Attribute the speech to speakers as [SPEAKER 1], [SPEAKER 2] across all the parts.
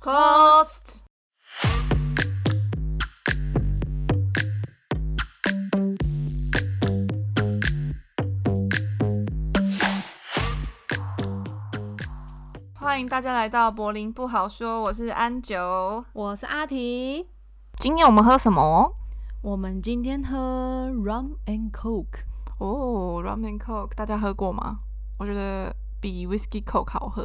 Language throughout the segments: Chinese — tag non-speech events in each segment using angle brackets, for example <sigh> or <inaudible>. [SPEAKER 1] Cost。欢迎大家来到柏林不好说，我是安九。
[SPEAKER 2] 我是阿婷，
[SPEAKER 1] 今天我们喝什么？哦
[SPEAKER 2] 我们今天喝 rum and coke，
[SPEAKER 1] 哦、r u m and Coke，大家喝过吗？我觉得比 Whisky Coke 好喝。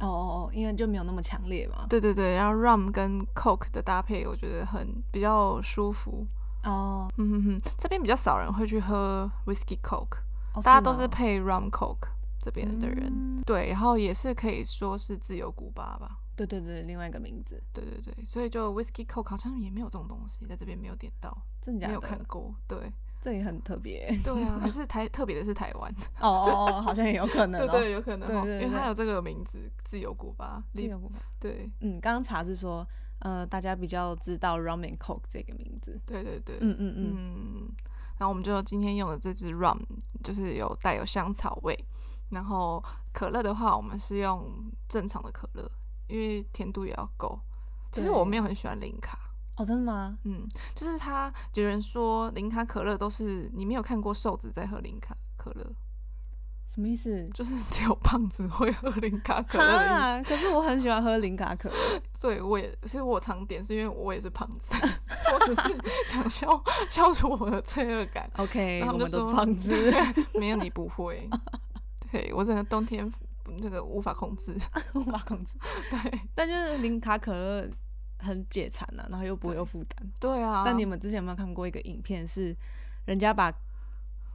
[SPEAKER 2] 哦哦哦，因为就没有那么强烈嘛。
[SPEAKER 1] 对对对，然后 Rum 跟 Coke 的搭配，我觉得很比较舒服。
[SPEAKER 2] 哦，
[SPEAKER 1] 嗯哼哼，这边比较少人会去喝 Whisky Coke，
[SPEAKER 2] 哦
[SPEAKER 1] 大家都是
[SPEAKER 2] 吗
[SPEAKER 1] 配 Rum Coke 这边的人。
[SPEAKER 2] 嗯
[SPEAKER 1] 对，然后也是可以说是自由古巴吧。
[SPEAKER 2] 对对对，另外一个名字，
[SPEAKER 1] 对对对，所以就 Whisky Coke 好像也没有这种东西，在这边没有点到，
[SPEAKER 2] 真的
[SPEAKER 1] 没
[SPEAKER 2] 假
[SPEAKER 1] 有看
[SPEAKER 2] 的？
[SPEAKER 1] 过。对
[SPEAKER 2] 这也很特别。
[SPEAKER 1] <laughs> 对啊，还是台特别的是台湾。
[SPEAKER 2] 哦哦 <laughs> 哦，好像也有可能
[SPEAKER 1] 对
[SPEAKER 2] 哦。
[SPEAKER 1] 对，有可能
[SPEAKER 2] 对
[SPEAKER 1] 哦，因
[SPEAKER 2] 对
[SPEAKER 1] 为它
[SPEAKER 2] 对
[SPEAKER 1] 有这个名字，自由古巴。
[SPEAKER 2] 自由古巴
[SPEAKER 1] 对
[SPEAKER 2] 嗯，刚刚查是说，呃，大家比较知道 rum and coke 这个名字。
[SPEAKER 1] 对对对，
[SPEAKER 2] 嗯嗯嗯，
[SPEAKER 1] 嗯，然后我们就今天用的这支 rum 就是有带有香草味，然后可乐的话，我们是用正常的可乐，因为甜度也要够。其实
[SPEAKER 2] 对
[SPEAKER 1] 我没有很喜欢零卡，
[SPEAKER 2] 哦，真的吗？
[SPEAKER 1] 嗯，就是他有人说零卡可乐都是你没有看过瘦子在喝零卡可乐， <laughs>
[SPEAKER 2] 什么意思？
[SPEAKER 1] 就是只有胖子会喝零卡可乐 <laughs> 的意思。
[SPEAKER 2] 哈，可是我很喜欢喝零卡可乐。
[SPEAKER 1] 对，我也其实我常点是因为我也是胖子， <laughs> 我只是想 <laughs> 消消除我的罪恶感。
[SPEAKER 2] OK，
[SPEAKER 1] 然后他
[SPEAKER 2] 我
[SPEAKER 1] 们
[SPEAKER 2] 们
[SPEAKER 1] 就
[SPEAKER 2] 都
[SPEAKER 1] 说
[SPEAKER 2] 是胖子。
[SPEAKER 1] <laughs>
[SPEAKER 2] <laughs>
[SPEAKER 1] 对没有你不会。对我整个冬天那个无法控制， <laughs>
[SPEAKER 2] 无法控制。
[SPEAKER 1] 对
[SPEAKER 2] 但就是零卡可乐很解馋啊，然后又不会有负担。
[SPEAKER 1] 对啊。
[SPEAKER 2] 但你们之前有没有看过一个影片，是人家把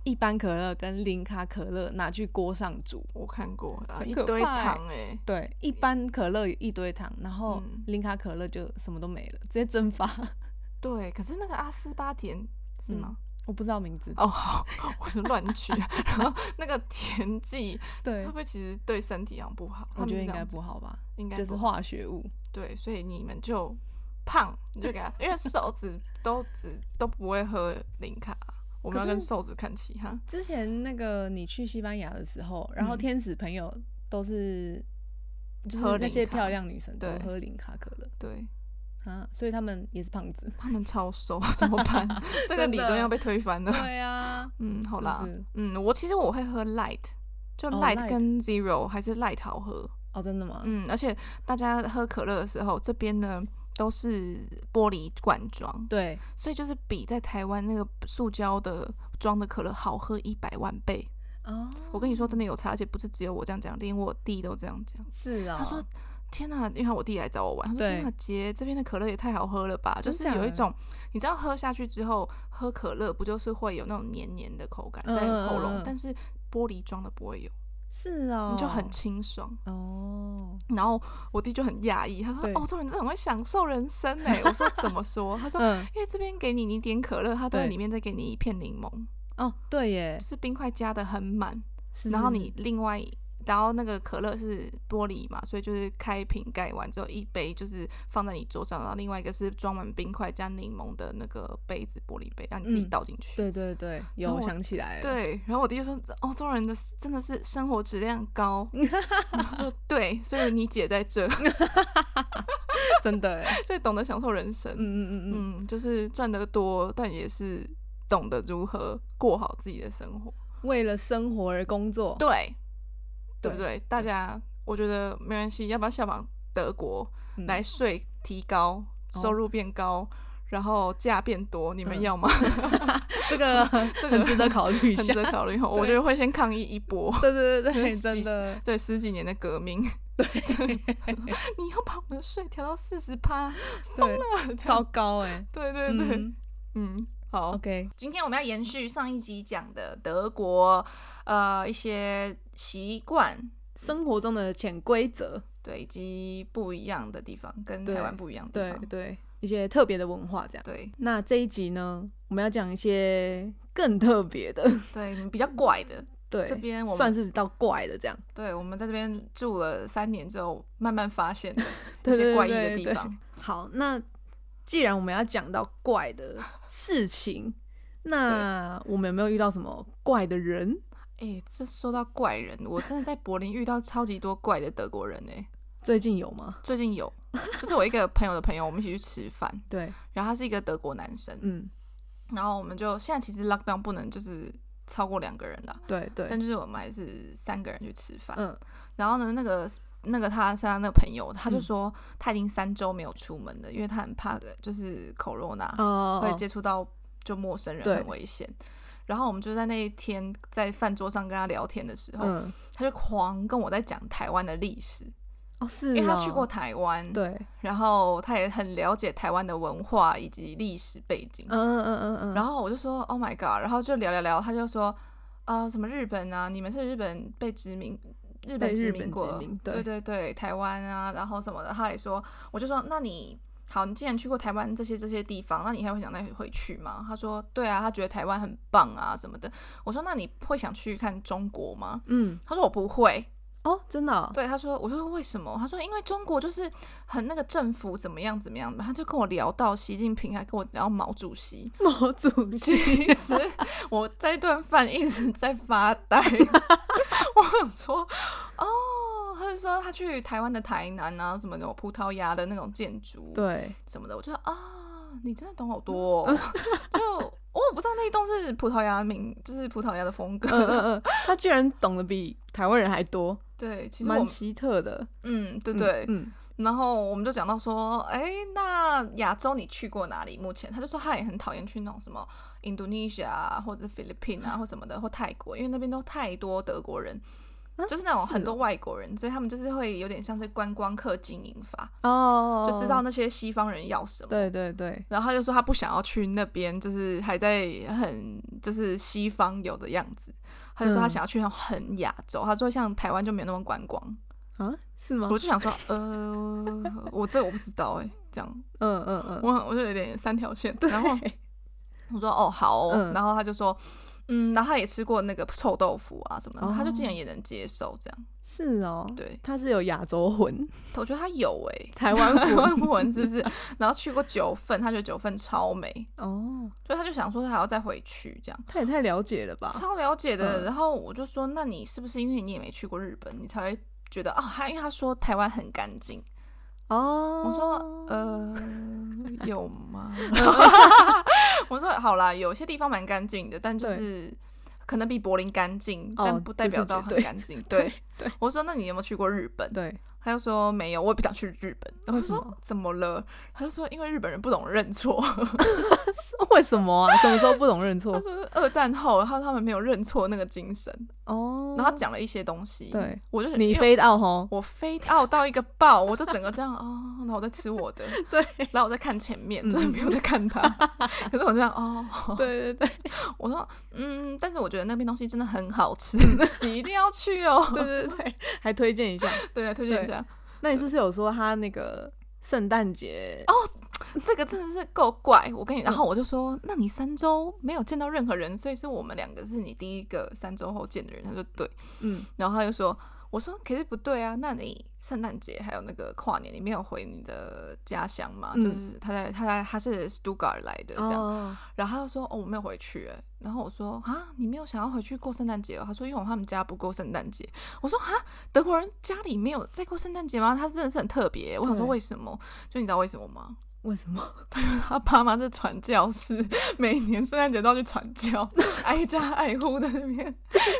[SPEAKER 2] 一般可乐跟零卡可乐拿去锅上煮？
[SPEAKER 1] 我看过啊，
[SPEAKER 2] 很
[SPEAKER 1] 一
[SPEAKER 2] 可
[SPEAKER 1] 堆
[SPEAKER 2] 怕欸
[SPEAKER 1] 糖哎、
[SPEAKER 2] 对，一般可乐一堆糖，然后
[SPEAKER 1] 嗯
[SPEAKER 2] 零卡可乐就什么都没了，直接蒸发。 <laughs>
[SPEAKER 1] 对，可是那个阿斯巴甜是
[SPEAKER 2] 嗯
[SPEAKER 1] 吗？
[SPEAKER 2] 我不知道名字。
[SPEAKER 1] 哦，好， <laughs> 我就乱取。 <laughs> 然后那个甜剂
[SPEAKER 2] <laughs> 对
[SPEAKER 1] 会不，会其实对身体好像不好？他们
[SPEAKER 2] 我觉
[SPEAKER 1] 是
[SPEAKER 2] 得应
[SPEAKER 1] 这
[SPEAKER 2] 该
[SPEAKER 1] 样讲
[SPEAKER 2] 不，好吧，
[SPEAKER 1] 应该
[SPEAKER 2] 就是
[SPEAKER 1] 不好
[SPEAKER 2] 化学物。
[SPEAKER 1] 对，所以你们就胖，你就给他，因为瘦子都只都不会喝零卡，啊我们
[SPEAKER 2] 可
[SPEAKER 1] 要跟
[SPEAKER 2] 是
[SPEAKER 1] 瘦子看齐哈。
[SPEAKER 2] 之前那个你去西班牙的时候，然后
[SPEAKER 1] 嗯
[SPEAKER 2] 天使朋友都是。就是
[SPEAKER 1] 喝
[SPEAKER 2] 那
[SPEAKER 1] 零
[SPEAKER 2] 些
[SPEAKER 1] 卡
[SPEAKER 2] 漂亮女生都
[SPEAKER 1] 对
[SPEAKER 2] 喝零卡可乐
[SPEAKER 1] 对，
[SPEAKER 2] 啊，所以他们也是胖子。
[SPEAKER 1] 他们超瘦， <laughs> 怎么
[SPEAKER 2] <laughs>
[SPEAKER 1] 办？这个
[SPEAKER 2] 真
[SPEAKER 1] 理
[SPEAKER 2] 的
[SPEAKER 1] 论要被推翻
[SPEAKER 2] <laughs>
[SPEAKER 1] 了。
[SPEAKER 2] 对啊，
[SPEAKER 1] 嗯，好
[SPEAKER 2] 是不
[SPEAKER 1] 啦，
[SPEAKER 2] 是
[SPEAKER 1] 嗯，我其实我会喝 light，就
[SPEAKER 2] 哦
[SPEAKER 1] light
[SPEAKER 2] ，light
[SPEAKER 1] 跟 zero 还是 light 好喝。
[SPEAKER 2] 哦，真的吗？
[SPEAKER 1] 嗯，而且大家喝可乐的时候，这边呢都是玻璃罐装，
[SPEAKER 2] 对，
[SPEAKER 1] 所以就是比在台湾那个塑胶的装的可乐好喝一百万倍。
[SPEAKER 2] 哦，
[SPEAKER 1] 我跟你说，真的有差，而且不是只有我这样讲，连我弟都这样讲。
[SPEAKER 2] 是啊、
[SPEAKER 1] 他说：“天哪、因为我弟来找我玩，他说：“
[SPEAKER 2] 对
[SPEAKER 1] 天哪、姐，这边的可乐也太好喝了吧！”就
[SPEAKER 2] 真
[SPEAKER 1] 是
[SPEAKER 2] 假
[SPEAKER 1] 有一
[SPEAKER 2] 的
[SPEAKER 1] 种，你知道喝下去之后，喝可乐不就是会有那种黏黏的口感在
[SPEAKER 2] 嗯嗯
[SPEAKER 1] 喉
[SPEAKER 2] 嗯
[SPEAKER 1] 咙，
[SPEAKER 2] 嗯
[SPEAKER 1] 但是玻璃装的不会有，
[SPEAKER 2] 是啊、
[SPEAKER 1] 你就很清爽。
[SPEAKER 2] 哦，
[SPEAKER 1] 然后我弟就很讶异，他说：“
[SPEAKER 2] 对
[SPEAKER 1] 哦，这种人真的很会享受人生呢。”我说：“怎么说？”他说：“
[SPEAKER 2] <laughs> 嗯，
[SPEAKER 1] 因为这边给你你点可乐，它都会
[SPEAKER 2] 对
[SPEAKER 1] 里面再给你一片柠檬，
[SPEAKER 2] 哦，对耶
[SPEAKER 1] 就，是冰块加的很满，
[SPEAKER 2] 是
[SPEAKER 1] 然后
[SPEAKER 2] 是
[SPEAKER 1] 你另外，然后那个可乐是玻璃嘛，所以就是开瓶盖完之后，一杯就是放在你桌上，然后另外一个是装满冰块加柠檬的那个杯子，玻璃杯，让你自己
[SPEAKER 2] 嗯
[SPEAKER 1] 倒进去。
[SPEAKER 2] 对对对，
[SPEAKER 1] 然
[SPEAKER 2] 有
[SPEAKER 1] 后
[SPEAKER 2] 我
[SPEAKER 1] 我
[SPEAKER 2] 想起来了，，
[SPEAKER 1] 对，然后我弟就说：“欧洲人的真的是生活质量高。”
[SPEAKER 2] <laughs>
[SPEAKER 1] 我说：“对，所以你姐在这，
[SPEAKER 2] <laughs> 真的耶，
[SPEAKER 1] <laughs> 所以懂得享受人生。
[SPEAKER 2] 嗯嗯嗯嗯，
[SPEAKER 1] 嗯，就是赚得多，但也是懂得如何过好自己的生活。
[SPEAKER 2] 为了生活而工作，
[SPEAKER 1] 对，对不
[SPEAKER 2] 对
[SPEAKER 1] 对？大家，我觉得没关系，要不要效仿德国？
[SPEAKER 2] 嗯
[SPEAKER 1] 来税提高，
[SPEAKER 2] 哦
[SPEAKER 1] 收入变高，然后价变多，你们
[SPEAKER 2] 嗯
[SPEAKER 1] 要吗？ <laughs>
[SPEAKER 2] 这个
[SPEAKER 1] 这个
[SPEAKER 2] 很值得考虑一
[SPEAKER 1] 很
[SPEAKER 2] 下
[SPEAKER 1] 值，得考虑哈。我
[SPEAKER 2] 对。
[SPEAKER 1] 觉得会先抗议一波
[SPEAKER 2] 对对 <laughs> 对
[SPEAKER 1] 就是
[SPEAKER 2] 对，
[SPEAKER 1] 几
[SPEAKER 2] 真
[SPEAKER 1] <laughs>
[SPEAKER 2] 的，
[SPEAKER 1] 对十几年的革命， <laughs>
[SPEAKER 2] 对
[SPEAKER 1] 你要把我们的税调到四十趴， <laughs>
[SPEAKER 2] 对，
[SPEAKER 1] 这
[SPEAKER 2] 糟
[SPEAKER 1] 样
[SPEAKER 2] 糕哎，
[SPEAKER 1] 对对对，嗯
[SPEAKER 2] 嗯哦
[SPEAKER 1] 好。
[SPEAKER 2] ，OK，
[SPEAKER 1] 今天我们要延续上一集讲的德国，呃，一些习惯，
[SPEAKER 2] 生活中的潜规则，
[SPEAKER 1] 对，以及不一样的地方，跟
[SPEAKER 2] 对
[SPEAKER 1] 台湾不一样的地
[SPEAKER 2] 对
[SPEAKER 1] 方，
[SPEAKER 2] 对，一些特别的文化这样。
[SPEAKER 1] 对
[SPEAKER 2] 那这一集呢，我们要讲一些更特别的， <laughs>
[SPEAKER 1] 对，你们比较怪的，
[SPEAKER 2] 对，
[SPEAKER 1] 这边我们
[SPEAKER 2] 算是到怪的这样。
[SPEAKER 1] 对，我们在这边住了三年之后，慢慢发现
[SPEAKER 2] <laughs>
[SPEAKER 1] 的一
[SPEAKER 2] 对
[SPEAKER 1] 些
[SPEAKER 2] 对
[SPEAKER 1] 怪异
[SPEAKER 2] 对
[SPEAKER 1] 的地
[SPEAKER 2] 对
[SPEAKER 1] 方。
[SPEAKER 2] 好，那既然我们要讲到怪的
[SPEAKER 1] <laughs>
[SPEAKER 2] 事情，那我们有没有遇到什么怪的人？
[SPEAKER 1] 哎、这说到怪人，我真的在柏林遇到超级多怪的德国人哎、
[SPEAKER 2] 最近有吗？
[SPEAKER 1] 最近有，就是我一个朋友的朋友，我们一起去吃饭，
[SPEAKER 2] 对，
[SPEAKER 1] 然后他是一个德国男生，
[SPEAKER 2] 嗯，
[SPEAKER 1] 然后我们就现在其实 lockdown 不能就是超过两个人啦，
[SPEAKER 2] 对对，
[SPEAKER 1] 但就是我们还是三个人去吃饭。
[SPEAKER 2] 嗯，
[SPEAKER 1] 然后呢，那个那个他现在那个朋友，他就
[SPEAKER 2] 嗯
[SPEAKER 1] 说他已经三周没有出门了，因为他很怕就是 corona、
[SPEAKER 2] 哦，
[SPEAKER 1] 会接触到就陌生人，
[SPEAKER 2] 对
[SPEAKER 1] 很危险。然后我们就在那一天在饭桌上跟他聊天的时候，
[SPEAKER 2] 嗯，
[SPEAKER 1] 他就狂跟我在讲台湾的历史，
[SPEAKER 2] 哦
[SPEAKER 1] 因
[SPEAKER 2] 是，
[SPEAKER 1] 为他去过，台湾，
[SPEAKER 2] 对，
[SPEAKER 1] 然后他也很了解台湾的文化以及历史背景。
[SPEAKER 2] 嗯嗯嗯嗯嗯，
[SPEAKER 1] 然后我就说 Oh my god，然后就聊聊聊，他就说啊、什么日本啊，你们是日本被殖民，日
[SPEAKER 2] 被
[SPEAKER 1] 本殖
[SPEAKER 2] 日
[SPEAKER 1] 民
[SPEAKER 2] 本
[SPEAKER 1] 过，
[SPEAKER 2] 殖民对
[SPEAKER 1] 对对对，台湾啊，然后什么的，他也说，我就说那你。好，你既然去过台湾这些这些地方，那你还会想再回去吗？他说：对啊，他觉得台湾很棒啊什么的。我说：那你会想去看中国吗？
[SPEAKER 2] 嗯，
[SPEAKER 1] 他说：我不会。
[SPEAKER 2] 哦，真
[SPEAKER 1] <laughs>
[SPEAKER 2] 的哦，
[SPEAKER 1] 对，他说，我就说为什么？他说因为中国就是很那个政府怎么样怎么样，他就跟我聊到习近平，还跟我聊到毛主席。
[SPEAKER 2] 毛主席，
[SPEAKER 1] 其实我这顿饭一直在发呆， <laughs> 我想说，哦，他就说他去台湾的台南啊，什么那种葡萄牙的那种建筑，
[SPEAKER 2] <laughs> 对，
[SPEAKER 1] 什么的，我就说啊，你真的懂好多、哦，就我也不知道那一栋是葡萄牙名，就是葡萄牙的风
[SPEAKER 2] 嗯
[SPEAKER 1] 格，
[SPEAKER 2] 嗯嗯，他居然懂得比台湾人还多，
[SPEAKER 1] 对，其实我
[SPEAKER 2] 蛮
[SPEAKER 1] 们
[SPEAKER 2] 奇特的，
[SPEAKER 1] 嗯，对
[SPEAKER 2] 嗯
[SPEAKER 1] 对，
[SPEAKER 2] 嗯，
[SPEAKER 1] 然后我们就讲到说，哎，那亚洲你去过哪里？目前他就说他也很讨厌去那种什么印度尼西亚啊或者菲律宾啊或什么的，或泰国，因为那边都太多德国人，
[SPEAKER 2] 啊
[SPEAKER 1] 就是那种很多
[SPEAKER 2] 哦
[SPEAKER 1] 外国人，所以他们就是会有点像是观光客经营法，
[SPEAKER 2] 哦哦，哦
[SPEAKER 1] 就知道，那些西方人要什么。
[SPEAKER 2] 对对对，
[SPEAKER 1] 然后他就说他不想要去那边，就是还在很就是西方有的样子。他就说他
[SPEAKER 2] 嗯
[SPEAKER 1] 想要去很亚洲，他说像台湾就没有那么观光。
[SPEAKER 2] 啊，是吗？
[SPEAKER 1] 我就想说，呃，我这我不知道哎、这样
[SPEAKER 2] 嗯嗯嗯，
[SPEAKER 1] 我我就有点三条线，然后我说哦好哦
[SPEAKER 2] 嗯
[SPEAKER 1] 然后他就说嗯，然后他也吃过那个臭豆腐啊什么的，
[SPEAKER 2] 哦
[SPEAKER 1] 他就竟然也能接受这样，
[SPEAKER 2] 是哦，
[SPEAKER 1] 对，
[SPEAKER 2] 他是有亚洲魂，
[SPEAKER 1] 我觉得他有哎、欸，
[SPEAKER 2] <laughs> 台湾
[SPEAKER 1] 台
[SPEAKER 2] 魂
[SPEAKER 1] 湾文是不是？然后去过九份，他觉得九份超美，
[SPEAKER 2] <laughs> 哦，
[SPEAKER 1] 所以他就想说他还要再回去这样。
[SPEAKER 2] 他也太了解了吧？
[SPEAKER 1] 超了解的，
[SPEAKER 2] 嗯
[SPEAKER 1] 然后我就说，那你是不是因为你也没去过日本，你才会觉得哦？他因为他说台湾很干净，
[SPEAKER 2] 哦，
[SPEAKER 1] 我说呃，有
[SPEAKER 2] <laughs>
[SPEAKER 1] 吗？ <laughs> 我说好啦，有些地方蛮干净的，但就
[SPEAKER 2] 对
[SPEAKER 1] 是可能比柏林干净，
[SPEAKER 2] 哦
[SPEAKER 1] 但不代表到很
[SPEAKER 2] 这是绝对
[SPEAKER 1] 干净。
[SPEAKER 2] 对
[SPEAKER 1] 对，我说那你有没有去过日本？
[SPEAKER 2] 对， <laughs>
[SPEAKER 1] 他就说没有，我也不想去日本。然后我
[SPEAKER 2] 为什
[SPEAKER 1] 说怎么了？他就说因为日本人不懂认错，
[SPEAKER 2] 哦为什么啊？什么时候不懂认
[SPEAKER 1] 他
[SPEAKER 2] <laughs> 错？
[SPEAKER 1] 说是二战后，他说他们没有认错那个精神。
[SPEAKER 2] 哦，
[SPEAKER 1] 然后他讲了一些东西，
[SPEAKER 2] 对，
[SPEAKER 1] 我就是
[SPEAKER 2] 你
[SPEAKER 1] 因为
[SPEAKER 2] 飞到吼，
[SPEAKER 1] 我飞傲到一个爆，我就整个这样啊、哦，然后我在吃我的，
[SPEAKER 2] 对
[SPEAKER 1] 然后我在看前面，
[SPEAKER 2] 嗯
[SPEAKER 1] 就是没有在看他。可是我这样哦，
[SPEAKER 2] <laughs> 对对对
[SPEAKER 1] 我说嗯，但是我觉得那边东西真的很好吃，
[SPEAKER 2] 嗯
[SPEAKER 1] <laughs> 你一定要去
[SPEAKER 2] <laughs>
[SPEAKER 1] 哦。
[SPEAKER 2] 对对对，还推荐一 <laughs> 下。
[SPEAKER 1] 对啊，推荐一下。
[SPEAKER 2] 那你是不是有说他那个圣诞节哦？
[SPEAKER 1] 这个真的是够怪，我跟
[SPEAKER 2] 嗯
[SPEAKER 1] 你，然后我就说，那你三周没有见到任何人，所以是我们两个是你第一个三周后见的人。他说对，
[SPEAKER 2] 嗯，
[SPEAKER 1] 然后他就说，我说可是不对啊，那你圣诞节还有那个跨年，你没有回你的家乡吗？
[SPEAKER 2] 嗯
[SPEAKER 1] 就是他在他在他是 Stuttgart 来的这样，
[SPEAKER 2] 哦，
[SPEAKER 1] 然后他就说：“哦，我没有回去。”哎，然后我说：“啊，你没有想要回去过圣诞节、哦？”他说：“因为我他们家不过圣诞节。”我说：“啊，德国人家里没有在过圣诞节吗？他真的是很特别耶。”我想说
[SPEAKER 2] 对
[SPEAKER 1] 为什么？就你知道为什么吗？
[SPEAKER 2] 为什么？
[SPEAKER 1] 他爸妈是传教士，每年圣诞节都要去传教，挨家挨户的那边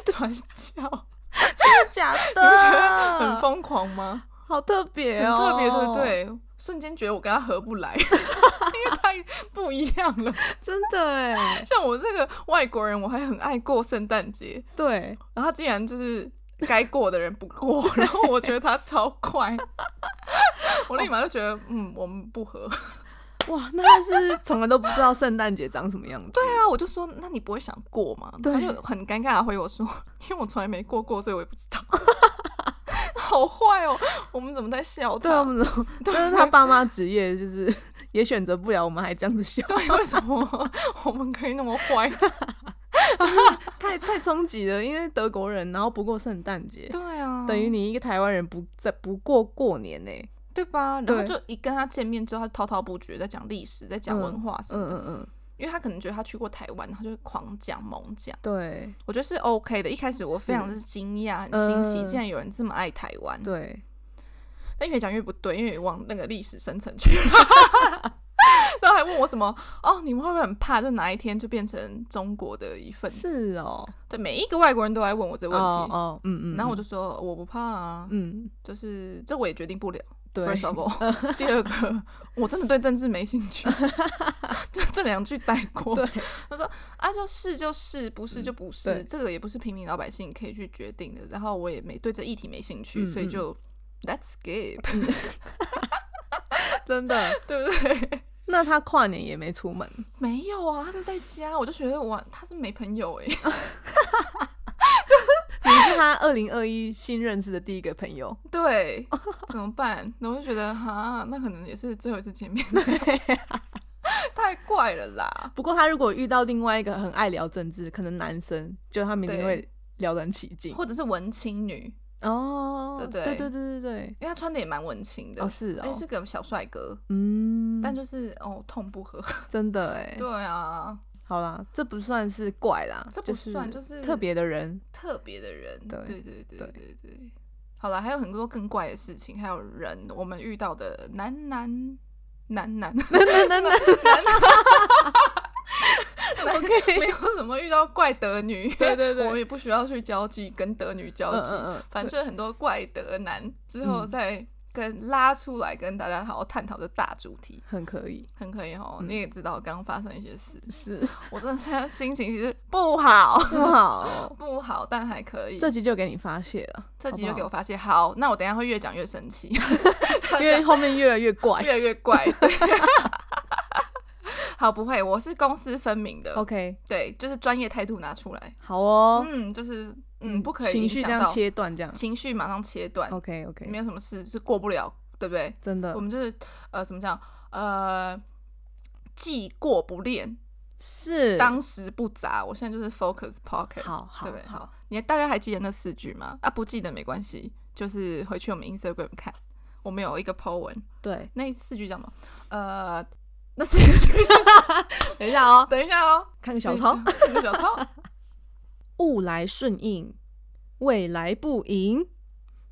[SPEAKER 1] 传教，
[SPEAKER 2] <laughs> 假 <laughs>
[SPEAKER 1] 的
[SPEAKER 2] 的，
[SPEAKER 1] 很，疯狂吗？
[SPEAKER 2] 好特别
[SPEAKER 1] 很
[SPEAKER 2] 哦，
[SPEAKER 1] 特别，对不，对？瞬间觉得我跟他合不来，因 <laughs> 为太不一样了。
[SPEAKER 2] 真的哎，
[SPEAKER 1] 像我这个外国人，我还很爱过圣诞节。
[SPEAKER 2] 对，
[SPEAKER 1] 然后他竟然就是该过的人不 <laughs> 过，然后我觉得他超 <laughs> 快，我立马就觉得嗯，我们不合。
[SPEAKER 2] 哇，那他是从来都不知道圣诞节长什么 <laughs> 样子，
[SPEAKER 1] 对啊，我就说那你不会想过吗？
[SPEAKER 2] 对
[SPEAKER 1] 他就很尴尬的回我说， <laughs> 因为我从来没过过，所以我也不知 <laughs> 道。好坏哦，我们怎么在笑
[SPEAKER 2] 对啊，我
[SPEAKER 1] 他？
[SPEAKER 2] 们怎么？就是他爸妈职业，就是 <laughs> 也选择不了，我们还这样子笑，
[SPEAKER 1] <laughs> 对，为什么我们可以那么坏？
[SPEAKER 2] <laughs> 太太冲击了。因为德国人，然后不过圣诞节，
[SPEAKER 1] 对啊，
[SPEAKER 2] 等于你一个台湾人不在不过过年欸呢、
[SPEAKER 1] 对吧？然后
[SPEAKER 2] 对
[SPEAKER 1] 就一跟他见面之后，他就滔滔不绝在讲历史，在讲文化什么
[SPEAKER 2] 嗯
[SPEAKER 1] 的。
[SPEAKER 2] 嗯嗯，
[SPEAKER 1] 因为他可能觉得他去过台湾，他就会狂讲猛讲。
[SPEAKER 2] 对
[SPEAKER 1] 我觉得是 OK 的。一开始我非常
[SPEAKER 2] 是
[SPEAKER 1] 是惊讶、很新奇，
[SPEAKER 2] 嗯
[SPEAKER 1] 竟然有人这么爱台湾。
[SPEAKER 2] 对，
[SPEAKER 1] 但越讲越不对，因为往那个历史深层去。 <laughs> 然后还问我什么？哦，你们会不会很怕？就哪一天就变成中国的一份子？
[SPEAKER 2] 是哦，
[SPEAKER 1] 对，每一个外国人都来问我这个问
[SPEAKER 2] 哦
[SPEAKER 1] 题。
[SPEAKER 2] 哦，嗯嗯，
[SPEAKER 1] 然后我就说我不怕啊，
[SPEAKER 2] 嗯，
[SPEAKER 1] 就是这我也决定不了。
[SPEAKER 2] 对
[SPEAKER 1] First of
[SPEAKER 2] <laughs>
[SPEAKER 1] all，第二个，我真的对政治没兴趣，就这两句带过。
[SPEAKER 2] 对，嗯
[SPEAKER 1] 他说啊，就是就是，不是就不是，
[SPEAKER 2] 对
[SPEAKER 1] 这个也不是平民老百姓可以去决定的。然后我也没对这议题没兴趣，
[SPEAKER 2] 嗯
[SPEAKER 1] 所以
[SPEAKER 2] 嗯
[SPEAKER 1] 就 Let's skip，
[SPEAKER 2] <laughs> 真的。
[SPEAKER 1] 对不对？
[SPEAKER 2] <laughs> 那他跨年也没出门，
[SPEAKER 1] <laughs> 没有啊，他就在家，我就觉得哇，他是没朋友哎、
[SPEAKER 2] 你是他二零二一新认识的第一个朋友，
[SPEAKER 1] <laughs> 对，怎么办？然后我就觉得哈，那可能也是最后一次见面，
[SPEAKER 2] 啊
[SPEAKER 1] <laughs> 太怪了啦。
[SPEAKER 2] 不过他如果遇到另外一个很爱聊政治，可能男生，就他们一定会聊得很起劲。
[SPEAKER 1] 或者是文青女，
[SPEAKER 2] 哦，
[SPEAKER 1] 对
[SPEAKER 2] 对
[SPEAKER 1] 对
[SPEAKER 2] 对对对对，
[SPEAKER 1] 因为他穿的也蛮文青的，
[SPEAKER 2] 哦是
[SPEAKER 1] 而且
[SPEAKER 2] 哦，
[SPEAKER 1] 是个小帅哥，
[SPEAKER 2] 嗯，
[SPEAKER 1] 但就是哦痛不合。
[SPEAKER 2] 真的
[SPEAKER 1] <laughs>
[SPEAKER 2] 哎，
[SPEAKER 1] 对啊，
[SPEAKER 2] 好啦，这不算是怪啦，
[SPEAKER 1] 这不算就是是
[SPEAKER 2] 特别的
[SPEAKER 1] <laughs>
[SPEAKER 2] 人，
[SPEAKER 1] 特别的人，
[SPEAKER 2] 对
[SPEAKER 1] 对对对
[SPEAKER 2] 对
[SPEAKER 1] 对对。好了，还有很多更怪的事情，还有人我们遇到的男男男
[SPEAKER 2] <laughs>
[SPEAKER 1] 男
[SPEAKER 2] 等等
[SPEAKER 1] <laughs> 没
[SPEAKER 2] ，OK，
[SPEAKER 1] 有什么遇到怪德女，<laughs>
[SPEAKER 2] 对对对
[SPEAKER 1] 我们也不需要去交际跟德女交
[SPEAKER 2] 嗯
[SPEAKER 1] 际，
[SPEAKER 2] 嗯嗯
[SPEAKER 1] 反正很多怪德男之后
[SPEAKER 2] 嗯
[SPEAKER 1] 再跟拉出来跟大家好好探讨这大主题，
[SPEAKER 2] 很可以，
[SPEAKER 1] 很可以哦。
[SPEAKER 2] 嗯
[SPEAKER 1] 你也知道刚刚发生一些事， <laughs>
[SPEAKER 2] 是
[SPEAKER 1] 我真的现在心情其实不好，
[SPEAKER 2] 好，
[SPEAKER 1] 不好，但还可以。
[SPEAKER 2] 这集就给你发泄
[SPEAKER 1] <laughs>
[SPEAKER 2] 了，
[SPEAKER 1] 这集
[SPEAKER 2] 好不
[SPEAKER 1] 就
[SPEAKER 2] 好
[SPEAKER 1] 给我发泄，好，那我等一下会越讲越生
[SPEAKER 2] <laughs>
[SPEAKER 1] 气，
[SPEAKER 2] 因为后面越来越怪。
[SPEAKER 1] 越来越怪。 <laughs> 对好，不会，我是公私分明的
[SPEAKER 2] OK，
[SPEAKER 1] 对，就是专业态度拿出来，
[SPEAKER 2] 好哦，
[SPEAKER 1] 嗯，就是嗯，不可以
[SPEAKER 2] 情
[SPEAKER 1] 影
[SPEAKER 2] 绪
[SPEAKER 1] 响
[SPEAKER 2] 这样
[SPEAKER 1] 到
[SPEAKER 2] 切断这样。
[SPEAKER 1] 情绪马上切断
[SPEAKER 2] OK OK，
[SPEAKER 1] 没有什么事是过不了，对不对？
[SPEAKER 2] 真的
[SPEAKER 1] 我们就是呃，怎么讲？呃，既过不恋，
[SPEAKER 2] 是
[SPEAKER 1] 当时不杂。我现在就是 focus pocket，
[SPEAKER 2] 好好
[SPEAKER 1] 对不对？
[SPEAKER 2] 好，
[SPEAKER 1] 你大家还记得那四句吗？啊，不记得没关系，就是回去我们 Instagram 看，我们有一个 po 文，
[SPEAKER 2] 对，
[SPEAKER 1] 那四句叫什么？呃，那四句是 <laughs> 什么
[SPEAKER 2] 等一下哦，
[SPEAKER 1] 等一下哦，
[SPEAKER 2] 看个小抄，
[SPEAKER 1] 等一下，那个小抄，
[SPEAKER 2] 物来顺应，未来不迎，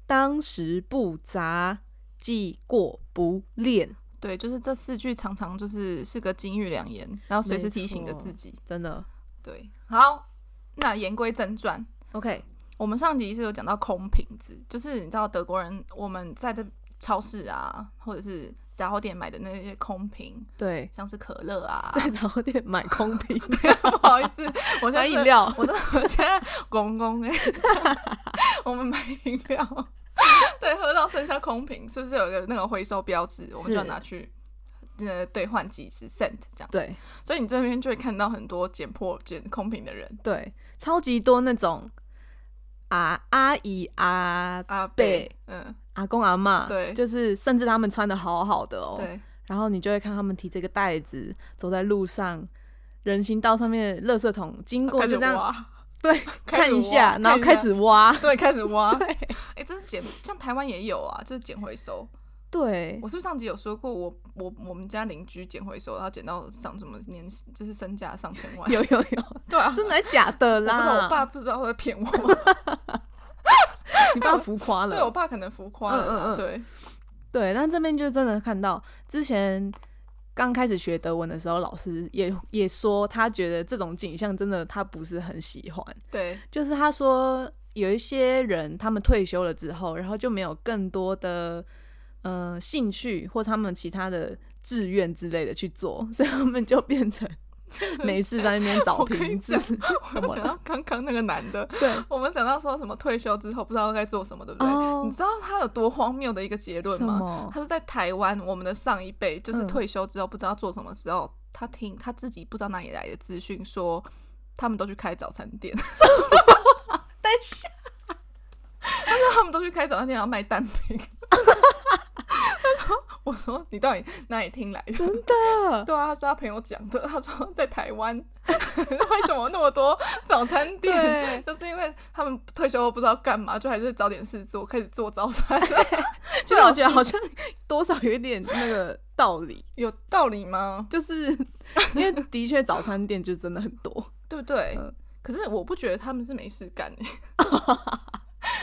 [SPEAKER 2] 当时不杂，既过不恋，
[SPEAKER 1] 对，就是这四句常常就是是个金玉良言，然后随时提醒着自己。
[SPEAKER 2] 真的。
[SPEAKER 1] 对，好，那言归正传，
[SPEAKER 2] OK，
[SPEAKER 1] 我们上集是有讲到空瓶子，就是你知道德国人我们在这超市啊，或者是杂货店买的那些空瓶，
[SPEAKER 2] 对，
[SPEAKER 1] 像是可乐啊， <laughs>
[SPEAKER 2] 在早店买空瓶，
[SPEAKER 1] 不好意思，我现在
[SPEAKER 2] 买
[SPEAKER 1] 是
[SPEAKER 2] 饮，料，
[SPEAKER 1] 我真的我现在公公哎， <laughs> 我们买饮料，对，喝到剩下空瓶，是不是有一个那个回收标志，我们
[SPEAKER 2] 是
[SPEAKER 1] 就要拿去呃兑换几十 cent 这样，
[SPEAKER 2] 对
[SPEAKER 1] 所以你这边就会看到很多捡破捡空瓶的人
[SPEAKER 2] 对，超级多那种啊阿姨啊
[SPEAKER 1] 啊，
[SPEAKER 2] 对
[SPEAKER 1] 对，嗯，
[SPEAKER 2] 阿公阿嬷，
[SPEAKER 1] 对
[SPEAKER 2] 就是甚至他们穿的好好的哦，
[SPEAKER 1] 对，
[SPEAKER 2] 然后你就会看他们提这个袋子走在路上，人行道上面的垃圾桶经过
[SPEAKER 1] 开始
[SPEAKER 2] 就这样
[SPEAKER 1] 挖
[SPEAKER 2] 对
[SPEAKER 1] 开始
[SPEAKER 2] 看一
[SPEAKER 1] 挖
[SPEAKER 2] 下，然后开始挖，
[SPEAKER 1] <laughs> 对开始挖，
[SPEAKER 2] 对
[SPEAKER 1] 哎、这是捡，像台湾也有啊，就是捡回收。
[SPEAKER 2] 对
[SPEAKER 1] 我是不是上集有说过我，我我们家邻居捡回收，然后捡到上什么年，就是身价上千 <laughs> 万。
[SPEAKER 2] 有有 <laughs> 有，
[SPEAKER 1] 对啊，
[SPEAKER 2] 真的还假的
[SPEAKER 1] 我不知道，我
[SPEAKER 2] 啦？
[SPEAKER 1] 爸不知道会骗我，
[SPEAKER 2] 你爸浮夸了，
[SPEAKER 1] 对我爸可能浮夸了啦。
[SPEAKER 2] 嗯嗯嗯
[SPEAKER 1] 对，
[SPEAKER 2] 对，但这边就真的看到之前刚开始学德文的时候，老师也也说他觉得这种景象真的他不是很喜欢，
[SPEAKER 1] 对，
[SPEAKER 2] 就是他说有一些人他们退休了之后，然后就没有更多的呃兴趣或他们其他的志愿之类的去做，所以他们就变成 <laughs> 没事在那边
[SPEAKER 1] <laughs>
[SPEAKER 2] 找
[SPEAKER 1] 我跟你
[SPEAKER 2] 瓶子
[SPEAKER 1] 讲
[SPEAKER 2] 什
[SPEAKER 1] 我
[SPEAKER 2] 么
[SPEAKER 1] 想到
[SPEAKER 2] 的。
[SPEAKER 1] 刚刚那个男的，
[SPEAKER 2] 对，
[SPEAKER 1] 我们讲到说什么退休之后不知道该做什么，对不对？
[SPEAKER 2] 哦
[SPEAKER 1] 你，知道他有多荒谬的一个结论
[SPEAKER 2] 什
[SPEAKER 1] 吗？
[SPEAKER 2] 么
[SPEAKER 1] 他？说在台湾，我们的上一辈就是
[SPEAKER 2] 嗯
[SPEAKER 1] 退休之后不知道做什么时候，他听他自己不知道哪里来的资讯说，他们都去开早餐店。
[SPEAKER 2] <laughs> 等一下，
[SPEAKER 1] 他们都去开早餐店，然后卖蛋
[SPEAKER 2] <laughs>
[SPEAKER 1] 饼。他说：“我说你到底哪里听来的？”
[SPEAKER 2] 真的
[SPEAKER 1] 对啊，他说他朋友讲的。他说在台湾， <laughs> 为什么那么多早餐店？就是因为他们退休后不知道干嘛，就还是找点事做，开始做早餐。
[SPEAKER 2] 其实我觉得好像多少有一点那个道理，
[SPEAKER 1] <laughs>
[SPEAKER 2] <laughs>
[SPEAKER 1] 有道理吗？
[SPEAKER 2] 就是因为的确早餐店就真的很多，
[SPEAKER 1] 对不对？
[SPEAKER 2] 嗯 <laughs>
[SPEAKER 1] 可是我不觉得他们是没事干、欸，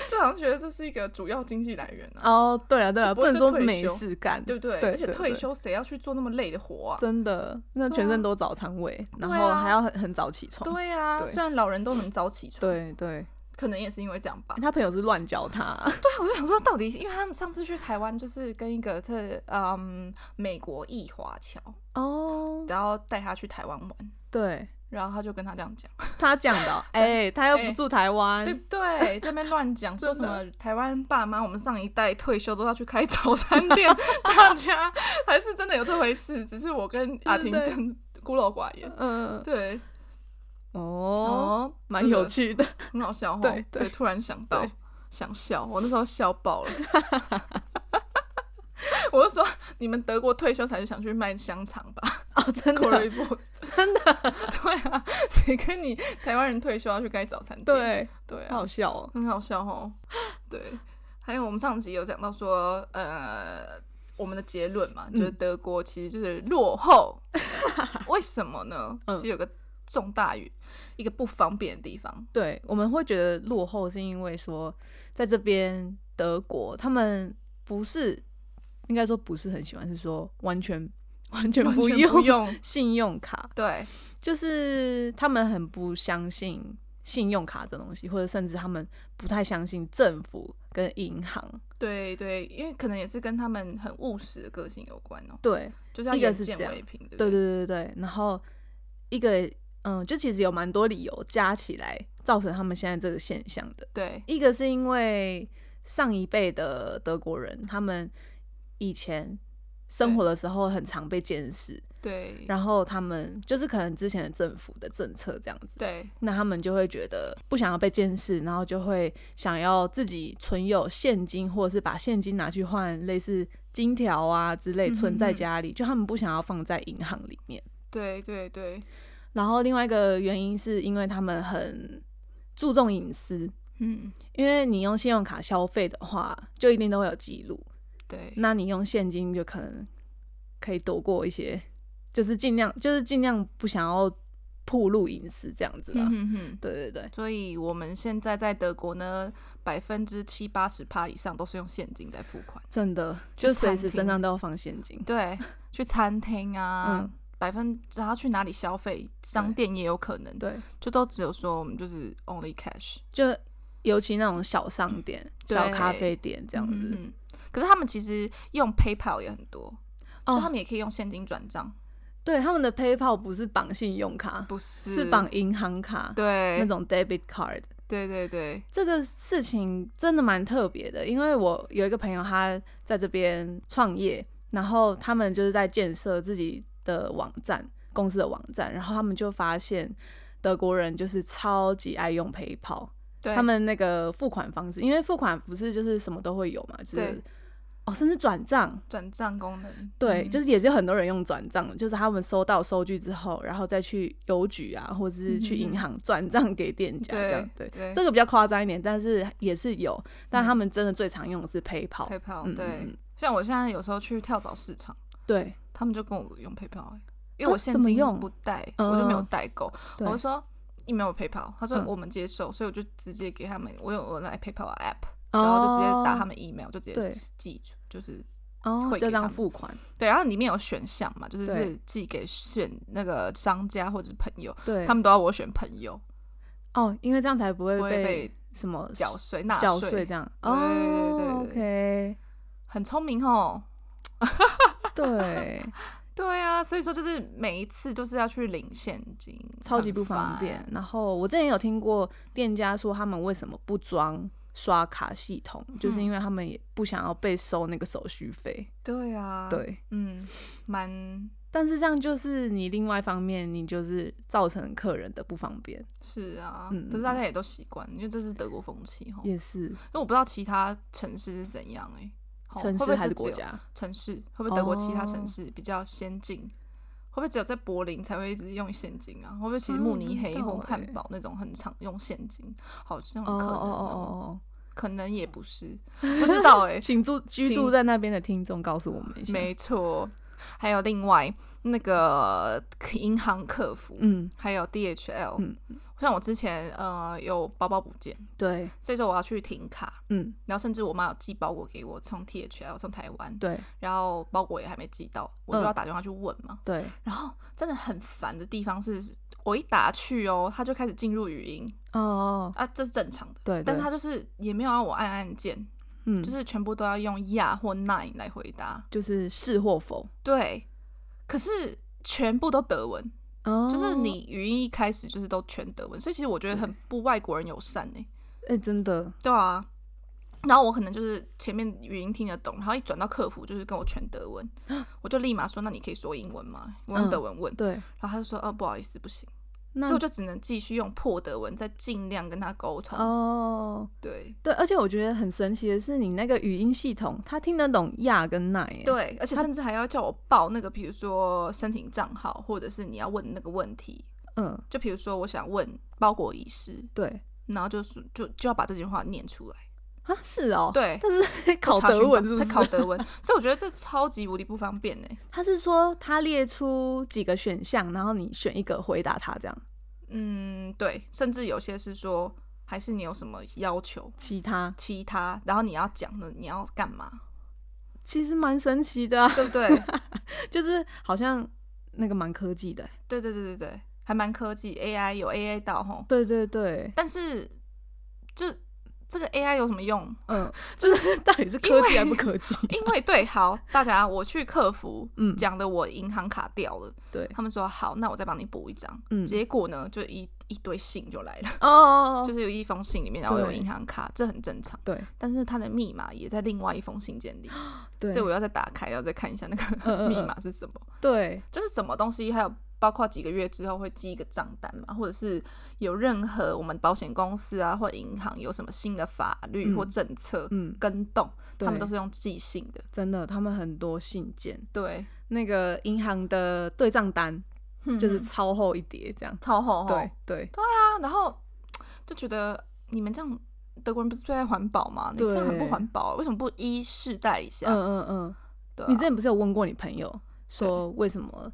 [SPEAKER 1] 就好像觉得这是一个主要经济来源啊，
[SPEAKER 2] 哦，对了对了，
[SPEAKER 1] 就不
[SPEAKER 2] 不
[SPEAKER 1] 会
[SPEAKER 2] 能说
[SPEAKER 1] 是退
[SPEAKER 2] 没
[SPEAKER 1] 休
[SPEAKER 2] 事干，
[SPEAKER 1] 对不对？
[SPEAKER 2] 对
[SPEAKER 1] 而且
[SPEAKER 2] 对
[SPEAKER 1] 退
[SPEAKER 2] 对
[SPEAKER 1] 休谁要去做那么累的活啊？
[SPEAKER 2] 真的，那
[SPEAKER 1] 对
[SPEAKER 2] 全
[SPEAKER 1] 啊
[SPEAKER 2] 身都早餐味，然
[SPEAKER 1] 对
[SPEAKER 2] 后
[SPEAKER 1] 啊
[SPEAKER 2] 还要很很早起床。
[SPEAKER 1] 对啊，
[SPEAKER 2] 对
[SPEAKER 1] 虽然老人都很早起床，
[SPEAKER 2] 对对，
[SPEAKER 1] 可能也是因为这样吧。
[SPEAKER 2] 他朋友是乱教他，
[SPEAKER 1] 我就想说，到底因为他们上次去台湾，就是跟一个在嗯美国裔华侨，
[SPEAKER 2] 哦，
[SPEAKER 1] 然后带他去台湾玩，
[SPEAKER 2] 对
[SPEAKER 1] 然后他就跟他这样讲，
[SPEAKER 2] 他讲的哦，哎，他又
[SPEAKER 1] 哎
[SPEAKER 2] 不住台湾
[SPEAKER 1] 对，不对？这边乱
[SPEAKER 2] <laughs>
[SPEAKER 1] 讲，说什
[SPEAKER 2] 嗯真的
[SPEAKER 1] 么台湾爸妈，我们上一代退休都要去开早餐店， <laughs> 大家还是真的有这回事，只是我跟阿婷
[SPEAKER 2] 对对
[SPEAKER 1] 真孤陋寡言。
[SPEAKER 2] 嗯，
[SPEAKER 1] 对，
[SPEAKER 2] 哦，
[SPEAKER 1] 哦，
[SPEAKER 2] 蛮
[SPEAKER 1] 真的
[SPEAKER 2] 有趣的，
[SPEAKER 1] 很好笑哦。
[SPEAKER 2] 对对
[SPEAKER 1] 对，突然想到
[SPEAKER 2] 对
[SPEAKER 1] 想笑，我那时候笑爆了。 <laughs> 我就说，你们德国退休才是想去卖香肠吧？
[SPEAKER 2] 哦， <laughs> 真
[SPEAKER 1] c o r
[SPEAKER 2] 的，
[SPEAKER 1] r Boss，真的，对啊，谁跟你台湾人退休要去开早餐店？
[SPEAKER 2] <laughs> 对，
[SPEAKER 1] 对
[SPEAKER 2] 好
[SPEAKER 1] 啊
[SPEAKER 2] 好，笑哦，
[SPEAKER 1] 很好笑哦。对，还有我们上集有讲到说，呃，我们的结论嘛，就是
[SPEAKER 2] 嗯
[SPEAKER 1] 德国其实就是落
[SPEAKER 2] <laughs>
[SPEAKER 1] 后，为什么呢？
[SPEAKER 2] 嗯
[SPEAKER 1] 其实有个重大于一个不方便的地方，
[SPEAKER 2] 对，我们会觉得落后是因为说，在这边德国他们不是，应该说不是很喜欢，是说完全完全
[SPEAKER 1] 完
[SPEAKER 2] 不
[SPEAKER 1] 全不
[SPEAKER 2] 用
[SPEAKER 1] 用，
[SPEAKER 2] 信用卡，
[SPEAKER 1] 对，
[SPEAKER 2] 就是他们很不相信信用卡这东西，或者甚至他们不太相信政府跟银行。
[SPEAKER 1] 对对，因为可能也是跟他们很务实的个性有关哦，
[SPEAKER 2] 对，
[SPEAKER 1] 就是要
[SPEAKER 2] 一个
[SPEAKER 1] 眼
[SPEAKER 2] 是
[SPEAKER 1] 见
[SPEAKER 2] 这样
[SPEAKER 1] 为凭，对不
[SPEAKER 2] 对对对对对。然后一个，嗯，就其实有蛮多理由加起来造成他们现在这个现象的。
[SPEAKER 1] 对
[SPEAKER 2] 一个是因为上一辈的德国人，他们以前生
[SPEAKER 1] 对嗯
[SPEAKER 2] 活的时候很常被监视，
[SPEAKER 1] 对
[SPEAKER 2] 然后他们就是可能之前的政府的政策这样子。
[SPEAKER 1] 对
[SPEAKER 2] 那他们就会觉得不想要被监视，然后就会想要自己存有现金，或者是把现金拿去换类似金条啊之类
[SPEAKER 1] 嗯哼
[SPEAKER 2] 存在家里，就他们不想要放在银行里面。
[SPEAKER 1] 对对对，
[SPEAKER 2] 然后另外一个原因是因为他们很注重隐私，
[SPEAKER 1] 嗯，
[SPEAKER 2] 因为你用信用卡消费的话，就一定都会有记录，
[SPEAKER 1] 对
[SPEAKER 2] 那你用现金就可能可以躲过一些，就是尽量就是尽量不想要暴露隐私这样子啦。
[SPEAKER 1] 嗯哼哼。
[SPEAKER 2] 对对对。
[SPEAKER 1] 所以我们现在在德国呢，百分之七八十趴以上都是用现金在付款。
[SPEAKER 2] 真的，
[SPEAKER 1] 去
[SPEAKER 2] 就随
[SPEAKER 1] 餐
[SPEAKER 2] 时身
[SPEAKER 1] 厅
[SPEAKER 2] 上都要放现金。
[SPEAKER 1] 对，去餐厅啊，
[SPEAKER 2] 嗯
[SPEAKER 1] 百分然后去哪里消费，商店也有可能，
[SPEAKER 2] 对，
[SPEAKER 1] 就都只有说我们就是 only cash
[SPEAKER 2] 就尤其那种小商店、小
[SPEAKER 1] 对
[SPEAKER 2] 咖啡店这样子。
[SPEAKER 1] 嗯嗯可是他们其实用 PayPal 也很多，就他
[SPEAKER 2] 哦，
[SPEAKER 1] 们也可以用现金转账，
[SPEAKER 2] 对，他们的 PayPal 不是绑信用卡，
[SPEAKER 1] 不
[SPEAKER 2] 是
[SPEAKER 1] 是
[SPEAKER 2] 绑银行卡
[SPEAKER 1] 对
[SPEAKER 2] 那种 debit card。
[SPEAKER 1] 对对对，
[SPEAKER 2] 这个事情真的蛮特别的，因为我有一个朋友，他在这边创业，然后他们就是在建设自己的网站，公司的网站，然后他们就发现德国人就是超级爱用 PayPal。
[SPEAKER 1] 对
[SPEAKER 2] 他们那个付款方式，因为付款不是就是什么都会有嘛，就是
[SPEAKER 1] 对
[SPEAKER 2] 哦，甚至转账，
[SPEAKER 1] 转账功能，
[SPEAKER 2] 对，
[SPEAKER 1] 嗯
[SPEAKER 2] 就是也是有很多人用转账，就是他们收到收据之后，然后再去邮局啊，或者是去
[SPEAKER 1] 嗯哼
[SPEAKER 2] 银
[SPEAKER 1] 哼
[SPEAKER 2] 行转账给店家这样
[SPEAKER 1] 对。
[SPEAKER 2] 对，
[SPEAKER 1] 对，
[SPEAKER 2] 这个比较夸张一点，但是也是有，
[SPEAKER 1] 嗯
[SPEAKER 2] 但他们真的最常用的是 PayPal。
[SPEAKER 1] PayPal、
[SPEAKER 2] 嗯嗯
[SPEAKER 1] 对
[SPEAKER 2] 嗯，
[SPEAKER 1] 像我现在有时候去跳蚤市场，
[SPEAKER 2] 对
[SPEAKER 1] 他们就跟我用 PayPal，、欸、因为我
[SPEAKER 2] 啊
[SPEAKER 1] 现
[SPEAKER 2] 怎么
[SPEAKER 1] 金
[SPEAKER 2] 用
[SPEAKER 1] 不带，
[SPEAKER 2] 嗯
[SPEAKER 1] 我就没有代购。
[SPEAKER 2] 对
[SPEAKER 1] 我就说你没有 PayPal，他说
[SPEAKER 2] 嗯
[SPEAKER 1] 我们接受，所以我就直接给他们，我有我来 PayPal 的 app，、然后就直接打他
[SPEAKER 2] 们，
[SPEAKER 1] 们 email，就直
[SPEAKER 2] 哦对
[SPEAKER 1] 接寄出，就是
[SPEAKER 2] 哦，
[SPEAKER 1] 会
[SPEAKER 2] 就
[SPEAKER 1] 给
[SPEAKER 2] 这样
[SPEAKER 1] 他们
[SPEAKER 2] 付款。
[SPEAKER 1] 对，然后里面有选项嘛，就是
[SPEAKER 2] 对
[SPEAKER 1] 是寄给选那个商家或者是朋友，
[SPEAKER 2] 对，
[SPEAKER 1] 他们都要我选朋友，
[SPEAKER 2] 哦，因为这样才不会
[SPEAKER 1] 不会
[SPEAKER 2] 被
[SPEAKER 1] 被
[SPEAKER 2] 什么
[SPEAKER 1] 缴税纳
[SPEAKER 2] 缴
[SPEAKER 1] 税，
[SPEAKER 2] 这样。
[SPEAKER 1] 对
[SPEAKER 2] 哦
[SPEAKER 1] 对对
[SPEAKER 2] ，OK，
[SPEAKER 1] 很聪明哦。
[SPEAKER 2] 对。
[SPEAKER 1] 对啊，所以说就是每一次都是要去领现金，
[SPEAKER 2] 超级
[SPEAKER 1] 很
[SPEAKER 2] 不方
[SPEAKER 1] 烦
[SPEAKER 2] 便。然后我之前有听过店家说他们为什么不装刷卡系统，就是
[SPEAKER 1] 嗯
[SPEAKER 2] 因为他们也不想要被收那个手续费。
[SPEAKER 1] 对啊，，
[SPEAKER 2] <laughs> 对，
[SPEAKER 1] 嗯，蛮
[SPEAKER 2] 但是这样就是你另外一方面，你就是造成客人的不方便，
[SPEAKER 1] 是啊，
[SPEAKER 2] 嗯
[SPEAKER 1] 可是大家也都习惯，因为这是德国风气哈。因
[SPEAKER 2] 也是
[SPEAKER 1] 为我不知道其他城市是怎样哎、欸，吼
[SPEAKER 2] 城
[SPEAKER 1] 会
[SPEAKER 2] 市
[SPEAKER 1] 不会
[SPEAKER 2] 还
[SPEAKER 1] 就是只
[SPEAKER 2] 国
[SPEAKER 1] 有
[SPEAKER 2] 家？
[SPEAKER 1] 城市会不会德国其他
[SPEAKER 2] 哦
[SPEAKER 1] 城市比较先进？会不会只有在柏林才会一直用现金啊？会不会其实
[SPEAKER 2] 啊
[SPEAKER 1] 慕
[SPEAKER 2] 我不
[SPEAKER 1] 尼
[SPEAKER 2] 知
[SPEAKER 1] 黑
[SPEAKER 2] 道
[SPEAKER 1] 或汉
[SPEAKER 2] 欸
[SPEAKER 1] 堡那种很常用现金？好像
[SPEAKER 2] 哦哦
[SPEAKER 1] 嗯可能、
[SPEAKER 2] 哦哦
[SPEAKER 1] 可能也
[SPEAKER 2] <laughs>
[SPEAKER 1] 不是，不知道哎、
[SPEAKER 2] 哦，请住居住
[SPEAKER 1] 请
[SPEAKER 2] 在那边的听众告诉我们一下。
[SPEAKER 1] 没错，还有另外那个银行客服，
[SPEAKER 2] 嗯，
[SPEAKER 1] 还有 DHL，
[SPEAKER 2] 嗯，
[SPEAKER 1] 像我之前呃有包包不见， <laughs>
[SPEAKER 2] 对，
[SPEAKER 1] 所以说我要去停卡，
[SPEAKER 2] 嗯，
[SPEAKER 1] 然后甚至我妈有寄包裹给我，从 THL 从台湾，
[SPEAKER 2] 对
[SPEAKER 1] 然后包裹也还没寄到，我就
[SPEAKER 2] 嗯
[SPEAKER 1] 要打电话去问嘛。
[SPEAKER 2] 对，
[SPEAKER 1] 然后真的很烦的地方是，我一打去哦，他就开始进入语音
[SPEAKER 2] 哦哦，
[SPEAKER 1] 啊，这是正常的，
[SPEAKER 2] 对，
[SPEAKER 1] 但是
[SPEAKER 2] 对
[SPEAKER 1] 他就是也没有让我按按键，
[SPEAKER 2] 嗯
[SPEAKER 1] 就是全部都要用 yeah 或 nine 来回答。
[SPEAKER 2] 就是是或否，
[SPEAKER 1] 对，可是全部都德文，
[SPEAKER 2] 哦
[SPEAKER 1] 就是你语音一开始就是都全德文，所以其实我觉得很不外国人友善呢、
[SPEAKER 2] 哎、真的，
[SPEAKER 1] 对啊。然后我可能就是前面语音听得懂，然后一转到客服就是跟我全德
[SPEAKER 2] <gasps>
[SPEAKER 1] 文，我就立马说：“那你可以说英文吗？”我用
[SPEAKER 2] 嗯
[SPEAKER 1] 德文问，
[SPEAKER 2] 对，
[SPEAKER 1] 然后他就说：“哦、不好意思，不行。”
[SPEAKER 2] 那
[SPEAKER 1] 所以我就只能继续用破德文，再尽量跟他沟通。
[SPEAKER 2] 哦，
[SPEAKER 1] 对
[SPEAKER 2] 对，而且我觉得很神奇的是，你那个语音系统，它听得懂亚跟奈，哎，
[SPEAKER 1] 对，而且甚至还要叫我报那个，比如说申请账号，或者是你要问那个问题。
[SPEAKER 2] 嗯，
[SPEAKER 1] 就比如说我想问包裹遗失，
[SPEAKER 2] 对，
[SPEAKER 1] 然后就是就就要把这句话念出来。
[SPEAKER 2] 啊，是哦，，
[SPEAKER 1] 对，
[SPEAKER 2] 但
[SPEAKER 1] <laughs>
[SPEAKER 2] 是考
[SPEAKER 1] 查询
[SPEAKER 2] 德文
[SPEAKER 1] 吧
[SPEAKER 2] 是不是？
[SPEAKER 1] 他考
[SPEAKER 2] <laughs>
[SPEAKER 1] 德文，所以我觉得这超级无敌不方便呢。欸
[SPEAKER 2] 他是说他列出几个选项，然后你选一个回答他这样，
[SPEAKER 1] 嗯，对，甚至有些是说，还是你有什么要求，
[SPEAKER 2] 其他
[SPEAKER 1] 其他，然后你要讲的你要干嘛，
[SPEAKER 2] 其实蛮神奇的、啊， <laughs>
[SPEAKER 1] 对不对？
[SPEAKER 2] 就是好像那个蛮科技的欸，
[SPEAKER 1] 对对对对对，还蛮科技 AI 有 AI 到吼，
[SPEAKER 2] 对对对，
[SPEAKER 1] 但是就这个 AI 有什么用？
[SPEAKER 2] 嗯， <laughs> 就是到底是科技还不科 <laughs> 技？
[SPEAKER 1] 因为对，好，大家我去客服，
[SPEAKER 2] 嗯
[SPEAKER 1] 讲的我银行卡掉了，
[SPEAKER 2] 对，
[SPEAKER 1] 他们说好，那我再帮你补一张。
[SPEAKER 2] 嗯，
[SPEAKER 1] 结果呢，就一一堆信就来了，
[SPEAKER 2] 哦哦，哦
[SPEAKER 1] 就是有一封信里面，然后有
[SPEAKER 2] 对
[SPEAKER 1] 银行卡，这很正常。
[SPEAKER 2] 对
[SPEAKER 1] 但是它的密码也在另外一封信
[SPEAKER 2] <gasps>
[SPEAKER 1] 件里，
[SPEAKER 2] 对，
[SPEAKER 1] 所以我要再打开，然后再看一下那
[SPEAKER 2] 嗯
[SPEAKER 1] 个
[SPEAKER 2] 嗯
[SPEAKER 1] <laughs> 密码是什么，
[SPEAKER 2] 对
[SPEAKER 1] 就是什么东西，还有包括几个月之后会寄一个账单嘛，或者是有任何我们保险公司啊或银行有什么新的法律
[SPEAKER 2] 嗯
[SPEAKER 1] 或政策
[SPEAKER 2] 嗯
[SPEAKER 1] 跟动，
[SPEAKER 2] 对
[SPEAKER 1] 他们都是用寄信的。
[SPEAKER 2] 真的，他们很多信件，
[SPEAKER 1] 对，
[SPEAKER 2] 那个银行的对账单就是
[SPEAKER 1] 嗯
[SPEAKER 2] 超厚一叠这样。
[SPEAKER 1] 超厚厚
[SPEAKER 2] 对哦对
[SPEAKER 1] 啊，然后就觉得你们这样。德国人不是最爱环保吗？你这样很不
[SPEAKER 2] 对
[SPEAKER 1] 环保，啊为什么不一试戴一下？
[SPEAKER 2] 嗯嗯嗯，
[SPEAKER 1] 对啊、
[SPEAKER 2] 你之前不是有问过你朋友说为什么？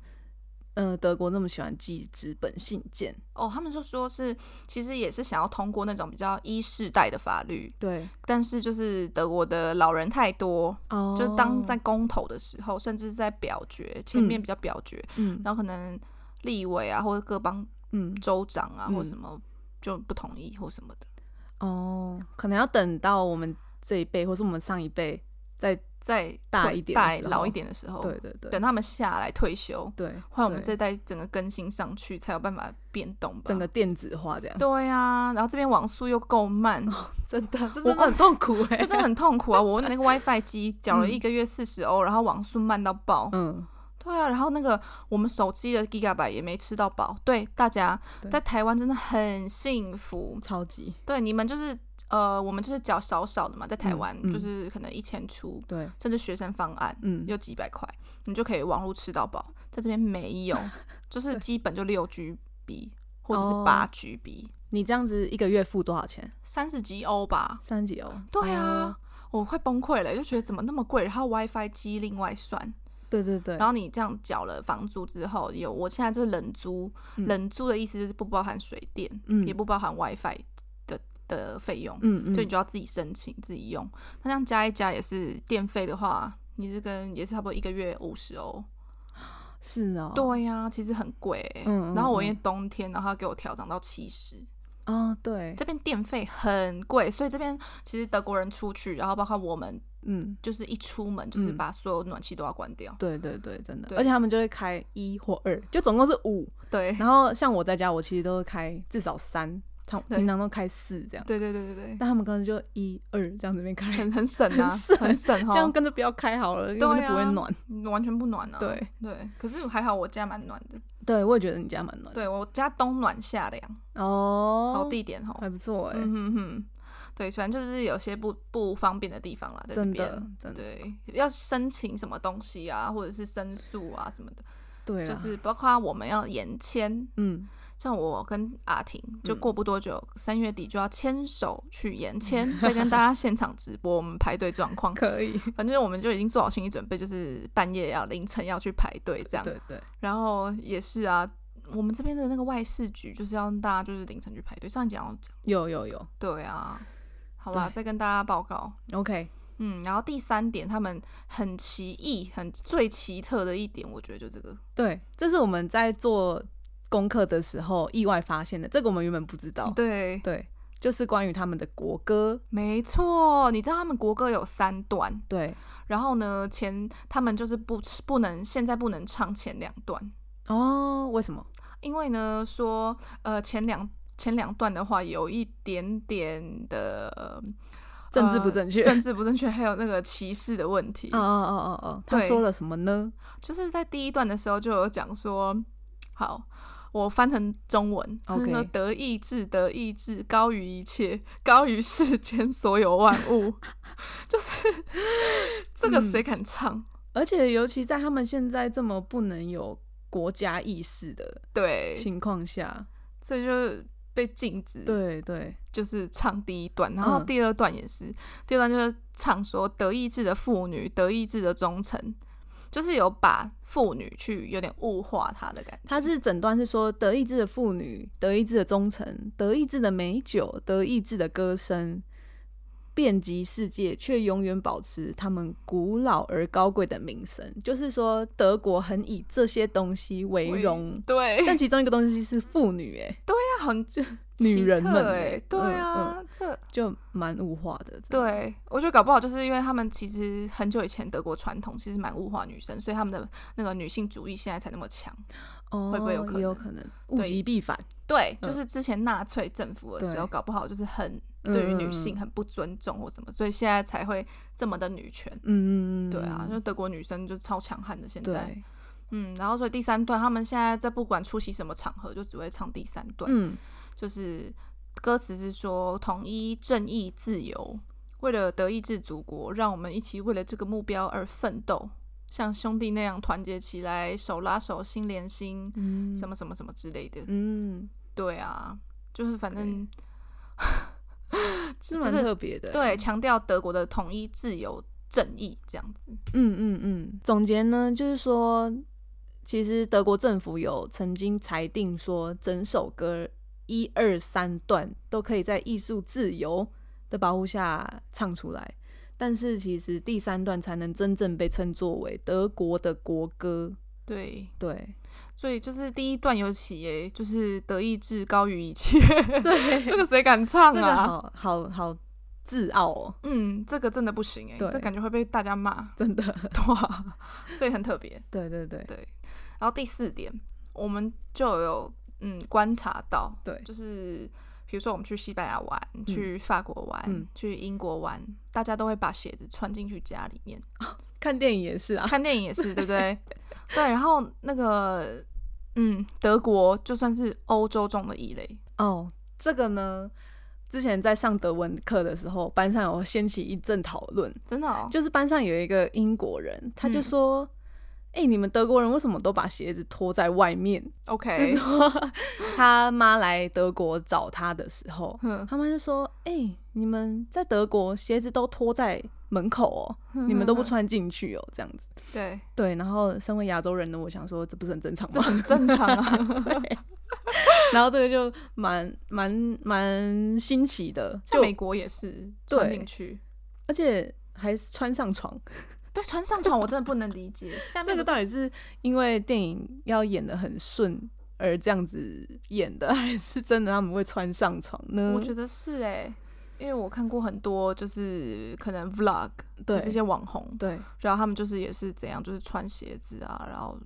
[SPEAKER 2] 呃，德国那么喜欢寄纸本信件，
[SPEAKER 1] 哦，他们就说是其实也是想要通过那种比较一世代的法律，
[SPEAKER 2] 对，
[SPEAKER 1] 但是就是德国的老人太多，
[SPEAKER 2] 哦
[SPEAKER 1] 就当在公投的时候，甚至在表决前面
[SPEAKER 2] 嗯
[SPEAKER 1] 比较表决，
[SPEAKER 2] 嗯
[SPEAKER 1] 然后可能立委啊或者各邦
[SPEAKER 2] 嗯
[SPEAKER 1] 州长啊、或
[SPEAKER 2] 嗯
[SPEAKER 1] 什么就不同意或什么的，
[SPEAKER 2] 哦，可能要等到我们这一辈或是我们上一辈再
[SPEAKER 1] 在
[SPEAKER 2] 大
[SPEAKER 1] 退
[SPEAKER 2] 一点的
[SPEAKER 1] 大
[SPEAKER 2] 时
[SPEAKER 1] 老一
[SPEAKER 2] 候
[SPEAKER 1] 点的时候，
[SPEAKER 2] 对对对
[SPEAKER 1] 哦等他们下来退休，
[SPEAKER 2] 对，
[SPEAKER 1] 换我们
[SPEAKER 2] 对
[SPEAKER 1] 这代整个更新上去才有办法变动吧。
[SPEAKER 2] 整个电子化这样，
[SPEAKER 1] 对呀、然后这边网速又够慢，
[SPEAKER 2] <laughs> 真的，这
[SPEAKER 1] 我
[SPEAKER 2] 真的很痛苦哎、
[SPEAKER 1] <laughs> 这真的很痛苦啊！我
[SPEAKER 2] <laughs>
[SPEAKER 1] 那个 WiFi 机缴了一个月四十欧，然后网速慢到爆。
[SPEAKER 2] 嗯，
[SPEAKER 1] 对啊，然后那个我们手机的 Gigabyte 也没吃到饱。对大家
[SPEAKER 2] 对
[SPEAKER 1] 在台湾真的很幸福，
[SPEAKER 2] 超级
[SPEAKER 1] 对你们就是呃，我们就是缴少少的嘛，在台湾、
[SPEAKER 2] 嗯嗯
[SPEAKER 1] 就是可能一千出，
[SPEAKER 2] 对，
[SPEAKER 1] 甚至学生方案
[SPEAKER 2] 嗯，
[SPEAKER 1] 有几百块，你就可以网络吃到饱。在这边没
[SPEAKER 2] <laughs>
[SPEAKER 1] 有，就是基本就六 GB 或者
[SPEAKER 2] 哦
[SPEAKER 1] 是八 GB，
[SPEAKER 2] 你这样子一个月付多少钱？
[SPEAKER 1] 三十几欧吧。
[SPEAKER 2] 三十几欧？
[SPEAKER 1] 对啊
[SPEAKER 2] 哦，，
[SPEAKER 1] 我快崩溃了，就觉得怎么那么贵，然后 WiFi 机另外算，
[SPEAKER 2] 对对对，
[SPEAKER 1] 然后你这样缴了房租之后，有我现在就是冷租，
[SPEAKER 2] 嗯
[SPEAKER 1] 冷租的意思就是不包含水电，
[SPEAKER 2] 嗯
[SPEAKER 1] 也不包含 WiFi 的的费用，
[SPEAKER 2] 嗯嗯，
[SPEAKER 1] 所以你就要自己申请自己用。那这样加一加也是电费的话，你是跟也是差不多一个月五十欧。
[SPEAKER 2] 是哦，
[SPEAKER 1] 对呀、其实很贵、欸
[SPEAKER 2] 嗯嗯
[SPEAKER 1] 然后我因为
[SPEAKER 2] 嗯
[SPEAKER 1] 冬天，然后他给我调涨到七十。
[SPEAKER 2] 哦对，
[SPEAKER 1] 这边电费很贵，所以这边其实德国人出去，然后包括我们
[SPEAKER 2] 嗯，
[SPEAKER 1] 就是一出门就是
[SPEAKER 2] 嗯
[SPEAKER 1] 把所有暖气都要关掉。
[SPEAKER 2] 对对对，真的，
[SPEAKER 1] 对
[SPEAKER 2] 而且他们就会开一或二，就总共是五。
[SPEAKER 1] 对，
[SPEAKER 2] <laughs> 然后像我在家，我其实都是开至少三，常
[SPEAKER 1] 对
[SPEAKER 2] 平常都开四这样，
[SPEAKER 1] 对对对对对，
[SPEAKER 2] 但他们刚刚就一二这样子边
[SPEAKER 1] <laughs>
[SPEAKER 2] 开，
[SPEAKER 1] 很很省啊，
[SPEAKER 2] 很省
[SPEAKER 1] 很
[SPEAKER 2] <laughs>
[SPEAKER 1] 省
[SPEAKER 2] 这样
[SPEAKER 1] 哈，
[SPEAKER 2] 跟着不要开好了，因为
[SPEAKER 1] 对啊
[SPEAKER 2] 就不会暖。
[SPEAKER 1] 完全不暖啊。
[SPEAKER 2] 对
[SPEAKER 1] 对，可是还好我家蛮暖的，
[SPEAKER 2] 对，我也觉得你家蛮暖的。
[SPEAKER 1] 对我家冬暖夏凉，
[SPEAKER 2] 呃哦，
[SPEAKER 1] 好地点哈。
[SPEAKER 2] 还不错哎，
[SPEAKER 1] 嗯哼哼，对，反正就是有些不不方便的地方啦，在这
[SPEAKER 2] 真
[SPEAKER 1] 边
[SPEAKER 2] 的。真的
[SPEAKER 1] 对，要申请什么东西啊，或者是申诉啊什么的，
[SPEAKER 2] 对
[SPEAKER 1] 就
[SPEAKER 2] 啦，
[SPEAKER 1] 是包括我们要延签，
[SPEAKER 2] 嗯，
[SPEAKER 1] 像我跟阿婷就过不多久，三、月底就要牵手去
[SPEAKER 2] <laughs>
[SPEAKER 1] 延签，再跟大家现场直播我们排队状况。
[SPEAKER 2] 可以，
[SPEAKER 1] 反正我们就已经做好心理准备，就是半夜要凌晨要去排队这样。
[SPEAKER 2] 对对，
[SPEAKER 1] 然后也是啊，我们这边的那个外事局就是要让大家就是凌晨去排队。上一集好像讲
[SPEAKER 2] 有有有
[SPEAKER 1] 对啊，好啦，
[SPEAKER 2] 对
[SPEAKER 1] 再跟大家报告。
[SPEAKER 2] ，OK，
[SPEAKER 1] 嗯，然后第三点，他们很奇异、很最奇特的一点，我觉得就这个，
[SPEAKER 2] 对，这是我们在做功课的时候意外发现的，这个我们原本不知道，
[SPEAKER 1] 对，
[SPEAKER 2] 嗯对，就是关于他们的国歌，
[SPEAKER 1] 没错。你知道他们国歌有三段，
[SPEAKER 2] 对，
[SPEAKER 1] 然后呢，前他们就是不不能现在不能唱前两段，
[SPEAKER 2] 哦，为什么？
[SPEAKER 1] 因为呢说呃前两前两段的话有一点点的
[SPEAKER 2] 政治不正确
[SPEAKER 1] 呃政治不正确，还有那个歧视的问
[SPEAKER 2] <laughs>
[SPEAKER 1] 题。
[SPEAKER 2] 哦哦哦哦哦，他
[SPEAKER 1] 对
[SPEAKER 2] 说了什么呢？
[SPEAKER 1] 就是在第一段的时候就有讲说，好，我翻成中文，他
[SPEAKER 2] OK
[SPEAKER 1] 说德意志，德意志高于一切，高于世间所有万物， <laughs> 就是这
[SPEAKER 2] 嗯
[SPEAKER 1] 个谁敢唱？
[SPEAKER 2] 而且尤其在他们现在这么不能有国家意识的
[SPEAKER 1] 对，
[SPEAKER 2] 情况下，
[SPEAKER 1] 所以就被禁止，
[SPEAKER 2] 对对，
[SPEAKER 1] 就是唱第一段，然后
[SPEAKER 2] 嗯
[SPEAKER 1] 第二段也是，第二段就是唱说德意志的妇女，德意志的忠诚。就是有把妇女去有点物化她的感觉，
[SPEAKER 2] 他是整段是说德意志的妇女、德意志的忠诚、德意志的美酒、德意志的歌声，遍及世界，却永远保持他们古老而高贵的名声。就是说，德国很以这些东西为
[SPEAKER 1] 为
[SPEAKER 2] 荣，
[SPEAKER 1] 对，
[SPEAKER 2] 但其中一个东西是妇女、欸，
[SPEAKER 1] 那很
[SPEAKER 2] <laughs> 女人们
[SPEAKER 1] 哎、
[SPEAKER 2] 欸
[SPEAKER 1] 对
[SPEAKER 2] 嗯
[SPEAKER 1] 啊，这
[SPEAKER 2] 就蛮物化的。真的，
[SPEAKER 1] 对我觉得搞不好就是因为他们其实很久以前德国传统其实蛮物化女生，所以他们的那个女性主义现在才那么强。
[SPEAKER 2] 哦，
[SPEAKER 1] 会不会有可
[SPEAKER 2] 也有
[SPEAKER 1] 能
[SPEAKER 2] 可能物极必反？
[SPEAKER 1] 对，
[SPEAKER 2] 嗯
[SPEAKER 1] 就是之前纳粹政府的时候，
[SPEAKER 2] 对
[SPEAKER 1] 搞不好就是很对于女性
[SPEAKER 2] 嗯
[SPEAKER 1] 很不尊重或什么，所以现在才会这么的女权。
[SPEAKER 2] 嗯嗯嗯，
[SPEAKER 1] 对啊，就德国女生就超强悍的，现在，
[SPEAKER 2] 对，
[SPEAKER 1] 嗯，然后所以第三段，他们现在在不管出席什么场合，就只会唱第三段，
[SPEAKER 2] 嗯，
[SPEAKER 1] 就是歌词是说统一、正义、自由，为了德意志祖国，让我们一起为了这个目标而奋斗，像兄弟那样团结起来，手拉手，心连心，
[SPEAKER 2] 嗯
[SPEAKER 1] 什么什么什么之类的。
[SPEAKER 2] 嗯，
[SPEAKER 1] 对啊，就是反正 <laughs>
[SPEAKER 2] 是
[SPEAKER 1] 就
[SPEAKER 2] 蛮
[SPEAKER 1] 是
[SPEAKER 2] 特别的。
[SPEAKER 1] 对强调德国的统一、自由、正义这样子。
[SPEAKER 2] 嗯嗯嗯，总结呢，就是说，其实德国政府有曾经裁定说，整首歌一二三段都可以在艺术自由的保护下唱出来，但是其实第三段才能真正被称作为德国的国歌。
[SPEAKER 1] 对，
[SPEAKER 2] 对
[SPEAKER 1] 所以就是第一段有起耶，就是德意志高于一切，
[SPEAKER 2] <laughs> 对，
[SPEAKER 1] <laughs> 这个谁敢唱
[SPEAKER 2] <laughs> 这个
[SPEAKER 1] 啊？
[SPEAKER 2] 好好好自傲哦，
[SPEAKER 1] 嗯，这个真的不行哎，
[SPEAKER 2] 对
[SPEAKER 1] 这感觉会被大家骂。
[SPEAKER 2] 真 <laughs> 的。
[SPEAKER 1] 对啊，所以很特别。
[SPEAKER 2] 对对对
[SPEAKER 1] 对然后第四点，我们就有嗯观察到，
[SPEAKER 2] 对
[SPEAKER 1] 就是比如说我们去西班牙玩，去法国玩，
[SPEAKER 2] 嗯
[SPEAKER 1] 去英国玩，大家都会把鞋子穿进去家里面，
[SPEAKER 2] 看电影也是啊。
[SPEAKER 1] 看电影也是，对不对？ <laughs> 对，然后那个嗯，德国就算是欧洲中的异类，
[SPEAKER 2] 哦，这个呢，之前在上德文课的时候，班上有掀起一阵讨论，
[SPEAKER 1] 真的、哦，
[SPEAKER 2] 就是班上有一个英国人，他就
[SPEAKER 1] 嗯
[SPEAKER 2] 说：“哎、你们德国人为什么都把鞋子脱在外面？” <laughs> 就
[SPEAKER 1] OK，
[SPEAKER 2] 是说他妈来德国找他的时候，
[SPEAKER 1] 嗯
[SPEAKER 2] 他妈就说：“哎、你们在德国鞋子都脱在门口哦，你们都
[SPEAKER 1] <laughs>
[SPEAKER 2] 不穿进去哦，这样子。”
[SPEAKER 1] 对，
[SPEAKER 2] 对，然后身为亚洲人呢，我想说这不是很正常吗？ <laughs>
[SPEAKER 1] 很正常啊。
[SPEAKER 2] 对。 <laughs> 然后这个就蛮蛮蛮新奇的，
[SPEAKER 1] 像
[SPEAKER 2] 就
[SPEAKER 1] 美国也是穿
[SPEAKER 2] 对
[SPEAKER 1] 进去，
[SPEAKER 2] 而且还穿上床，
[SPEAKER 1] 对，穿上床我真的不能理解，下面
[SPEAKER 2] <laughs> 这
[SPEAKER 1] 不
[SPEAKER 2] 个
[SPEAKER 1] 是
[SPEAKER 2] 到底是因为电影要演的很顺而这样子演的，还是真的他们会穿上床呢？
[SPEAKER 1] 我觉得是哎、因为我看过很多，就是可能 vlog，
[SPEAKER 2] 对
[SPEAKER 1] 就是一些网红，
[SPEAKER 2] 对
[SPEAKER 1] 然后他们就是也是怎样，就是穿鞋子啊，然后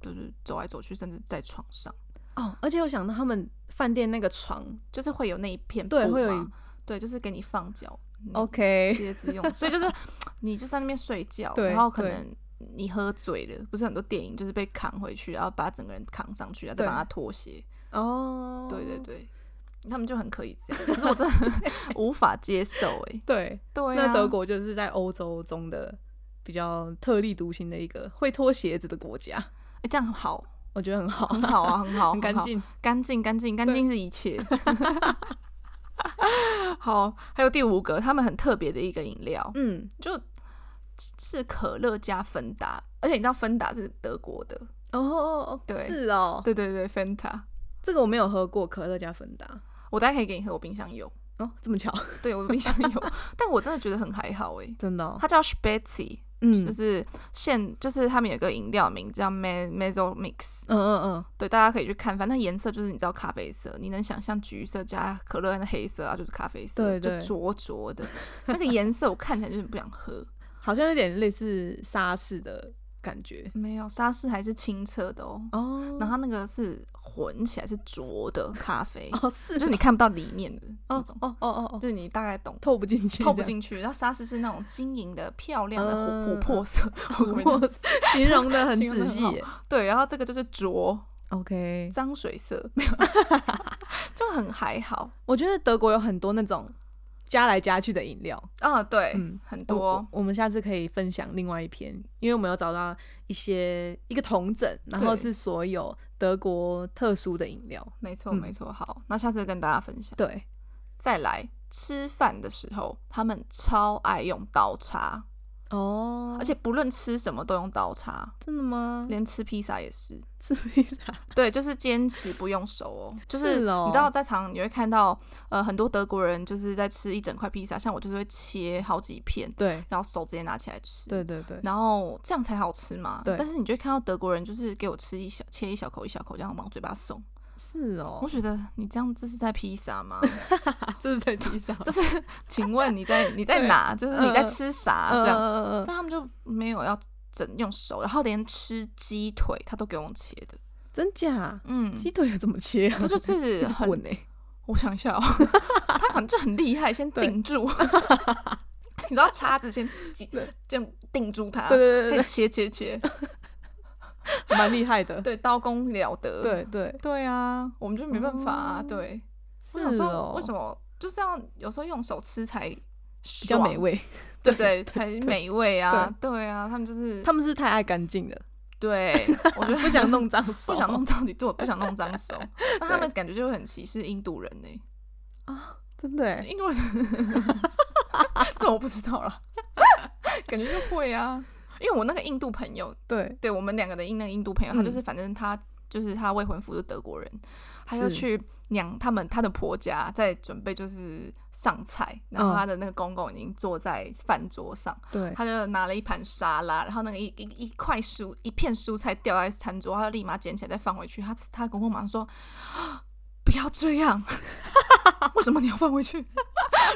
[SPEAKER 1] 就是走来走去，甚至在床上，
[SPEAKER 2] 哦，而且我想到他们饭店那个床
[SPEAKER 1] 就是会有那一片
[SPEAKER 2] 对
[SPEAKER 1] 布
[SPEAKER 2] 会有
[SPEAKER 1] 嘛
[SPEAKER 2] 一哦
[SPEAKER 1] 对，就是给你放脚嗯
[SPEAKER 2] ，OK，
[SPEAKER 1] 鞋子用，所以就是你就在那边睡觉，
[SPEAKER 2] 对
[SPEAKER 1] 然后可
[SPEAKER 2] 对
[SPEAKER 1] 能。你喝醉了，不是很多电影就是被扛回去，然后把整个人扛上去，然后再
[SPEAKER 2] 对
[SPEAKER 1] 帮他脱鞋。
[SPEAKER 2] 哦，
[SPEAKER 1] 对对对，他们就很可以这样，可是我
[SPEAKER 2] <laughs>
[SPEAKER 1] 真的无法接受哎、
[SPEAKER 2] 对
[SPEAKER 1] 对、啊，
[SPEAKER 2] 那德国就是在欧洲中的比较特立独行的一个会脱鞋子的国家，
[SPEAKER 1] 哎，这样好，
[SPEAKER 2] 我觉得嗯很好，
[SPEAKER 1] 很好啊，很好，
[SPEAKER 2] 很干
[SPEAKER 1] 好，
[SPEAKER 2] 净。
[SPEAKER 1] 干净，干净，干净是一切。 <laughs> 好，还有第五个，他们很特别的一个饮料，
[SPEAKER 2] 嗯，
[SPEAKER 1] 就是可乐加芬达，而且你知道芬达是德国的，
[SPEAKER 2] 哦哦哦，
[SPEAKER 1] 对
[SPEAKER 2] 是哦，
[SPEAKER 1] 对对对，芬达，
[SPEAKER 2] 这个我没有喝过可乐加芬达。
[SPEAKER 1] 我大概可以给你喝，我冰箱有，
[SPEAKER 2] 哦，这么巧，
[SPEAKER 1] 对我冰箱有， <laughs> 但我真的觉得很还好诶、
[SPEAKER 2] <laughs> 真的、哦，
[SPEAKER 1] 它叫 Spezi，、就
[SPEAKER 2] 嗯
[SPEAKER 1] 是现就是他们有一个饮料名叫 Me Mezzo Mix，
[SPEAKER 2] 嗯嗯嗯，
[SPEAKER 1] 对，大家可以去看，反正颜色就是你知道咖啡色，你能想象橘色加可乐那黑色啊，就是咖啡色，
[SPEAKER 2] 对对
[SPEAKER 1] 就浊浊的那个颜色，我看起来就是不想喝。
[SPEAKER 2] 好像有点类似沙士的感觉
[SPEAKER 1] 没有，沙士还是清澈的哦，
[SPEAKER 2] 哦
[SPEAKER 1] 然后它那个是混起来是浊的咖啡，
[SPEAKER 2] 哦是哦，
[SPEAKER 1] 就是你看不到里面的那
[SPEAKER 2] 哦
[SPEAKER 1] 种，
[SPEAKER 2] 哦哦哦哦，
[SPEAKER 1] 就是你大概懂。
[SPEAKER 2] 透不进去，
[SPEAKER 1] 透不，进去，然后沙士是那种晶莹的、漂亮的琥琥
[SPEAKER 2] 嗯
[SPEAKER 1] 珀
[SPEAKER 2] <laughs>
[SPEAKER 1] 色，琥
[SPEAKER 2] 我形容的很
[SPEAKER 1] 形容
[SPEAKER 2] 仔
[SPEAKER 1] 得
[SPEAKER 2] 细
[SPEAKER 1] 很好
[SPEAKER 2] 耶。
[SPEAKER 1] <laughs> 对，然后这个就是浊
[SPEAKER 2] OK，
[SPEAKER 1] 脏水色，没有， <laughs> 就很还好
[SPEAKER 2] 我觉得德国有很多那种加来加去的饮料，
[SPEAKER 1] 啊。对，
[SPEAKER 2] 嗯
[SPEAKER 1] 很
[SPEAKER 2] 我
[SPEAKER 1] 多
[SPEAKER 2] 我们下次可以分享另外一篇，因为我们有找到一些一个同整，然后
[SPEAKER 1] 对
[SPEAKER 2] 是所有德国特殊的饮料。
[SPEAKER 1] 没错，
[SPEAKER 2] 嗯
[SPEAKER 1] 没错。好，那下次跟大家分享。
[SPEAKER 2] 对，
[SPEAKER 1] 再来，吃饭的时候，他们超爱用刀叉，
[SPEAKER 2] 哦
[SPEAKER 1] 而且不论吃什么都用刀叉，
[SPEAKER 2] 真的吗？
[SPEAKER 1] 连吃披萨也是。
[SPEAKER 2] <laughs> 吃披萨，
[SPEAKER 1] 对，就是坚持不用手哦，就是
[SPEAKER 2] 是哦
[SPEAKER 1] 你知道，在场你会看到，呃，很多德国人就是在吃一整块披萨，像我就是会切好几片，
[SPEAKER 2] 对
[SPEAKER 1] 然后手直接拿起来吃。
[SPEAKER 2] <laughs> 对对对，
[SPEAKER 1] 然后这样才好吃嘛。
[SPEAKER 2] 对
[SPEAKER 1] 但是你就会看到德国人就是给我吃一小切一小口一小口这样往嘴巴送，
[SPEAKER 2] 是哦
[SPEAKER 1] 我，觉得你这样这是在披萨吗？ <laughs>
[SPEAKER 2] 这是在披萨，
[SPEAKER 1] 就是请问你在你在
[SPEAKER 2] 对
[SPEAKER 1] 哪？就是你在
[SPEAKER 2] 嗯
[SPEAKER 1] 吃啥
[SPEAKER 2] <laughs> 嗯
[SPEAKER 1] 这样？
[SPEAKER 2] 嗯嗯嗯
[SPEAKER 1] 但他们就没有要整用手，然后连吃鸡腿他都给我们切的，
[SPEAKER 2] 真假？
[SPEAKER 1] 嗯。
[SPEAKER 2] 鸡腿要怎么切啊？
[SPEAKER 1] 他就
[SPEAKER 2] 一 <laughs>
[SPEAKER 1] 是
[SPEAKER 2] 直
[SPEAKER 1] 很
[SPEAKER 2] 滚哎，
[SPEAKER 1] 我想一下、
[SPEAKER 2] <laughs>
[SPEAKER 1] 哦，他可能就很厉害，先
[SPEAKER 2] 对
[SPEAKER 1] 定
[SPEAKER 2] <laughs>
[SPEAKER 1] 住，你知道叉子先挤
[SPEAKER 2] 对
[SPEAKER 1] 这样定住它，
[SPEAKER 2] 对对对对
[SPEAKER 1] 先切切切，
[SPEAKER 2] 对， <laughs> 蛮厉害的。
[SPEAKER 1] 对，刀工了得，
[SPEAKER 2] 对对，
[SPEAKER 1] 对啊，我们就没办法啊，
[SPEAKER 2] 哦
[SPEAKER 1] 对，
[SPEAKER 2] 是
[SPEAKER 1] 我想
[SPEAKER 2] 哦
[SPEAKER 1] 说，为什么就是要有时候用手吃才比
[SPEAKER 2] 比较美，味？
[SPEAKER 1] 对不对，才美味啊，对啊，他们就是
[SPEAKER 2] <laughs> 他们是太爱干净了，
[SPEAKER 1] 对，我觉得
[SPEAKER 2] <laughs> 不想弄脏手，
[SPEAKER 1] 不想弄脏你对我不想弄脏手，
[SPEAKER 2] <laughs>
[SPEAKER 1] 那他们感觉就会很歧视印度人呢、
[SPEAKER 2] 啊， <laughs> 真的欸。
[SPEAKER 1] 印度人， <laughs> 这我不知道了， <laughs> 感觉就会啊。因为我那个印度朋友，
[SPEAKER 2] 对，
[SPEAKER 1] 对我们两个的印那个印度朋友，他
[SPEAKER 2] 嗯
[SPEAKER 1] 就是反正他就是他未婚夫是德国人，他就是去娘他们他的婆家在准备就是上菜，然后
[SPEAKER 2] 嗯
[SPEAKER 1] 他的那个公公已经坐在饭桌上，
[SPEAKER 2] 对，
[SPEAKER 1] 他就拿了一盘沙拉，然后那个一一一块蔬一片蔬菜掉在餐桌，他就立马捡起来再放回去。他他公公马上说：“啊不要这样， <laughs> 为什么你要放回去？”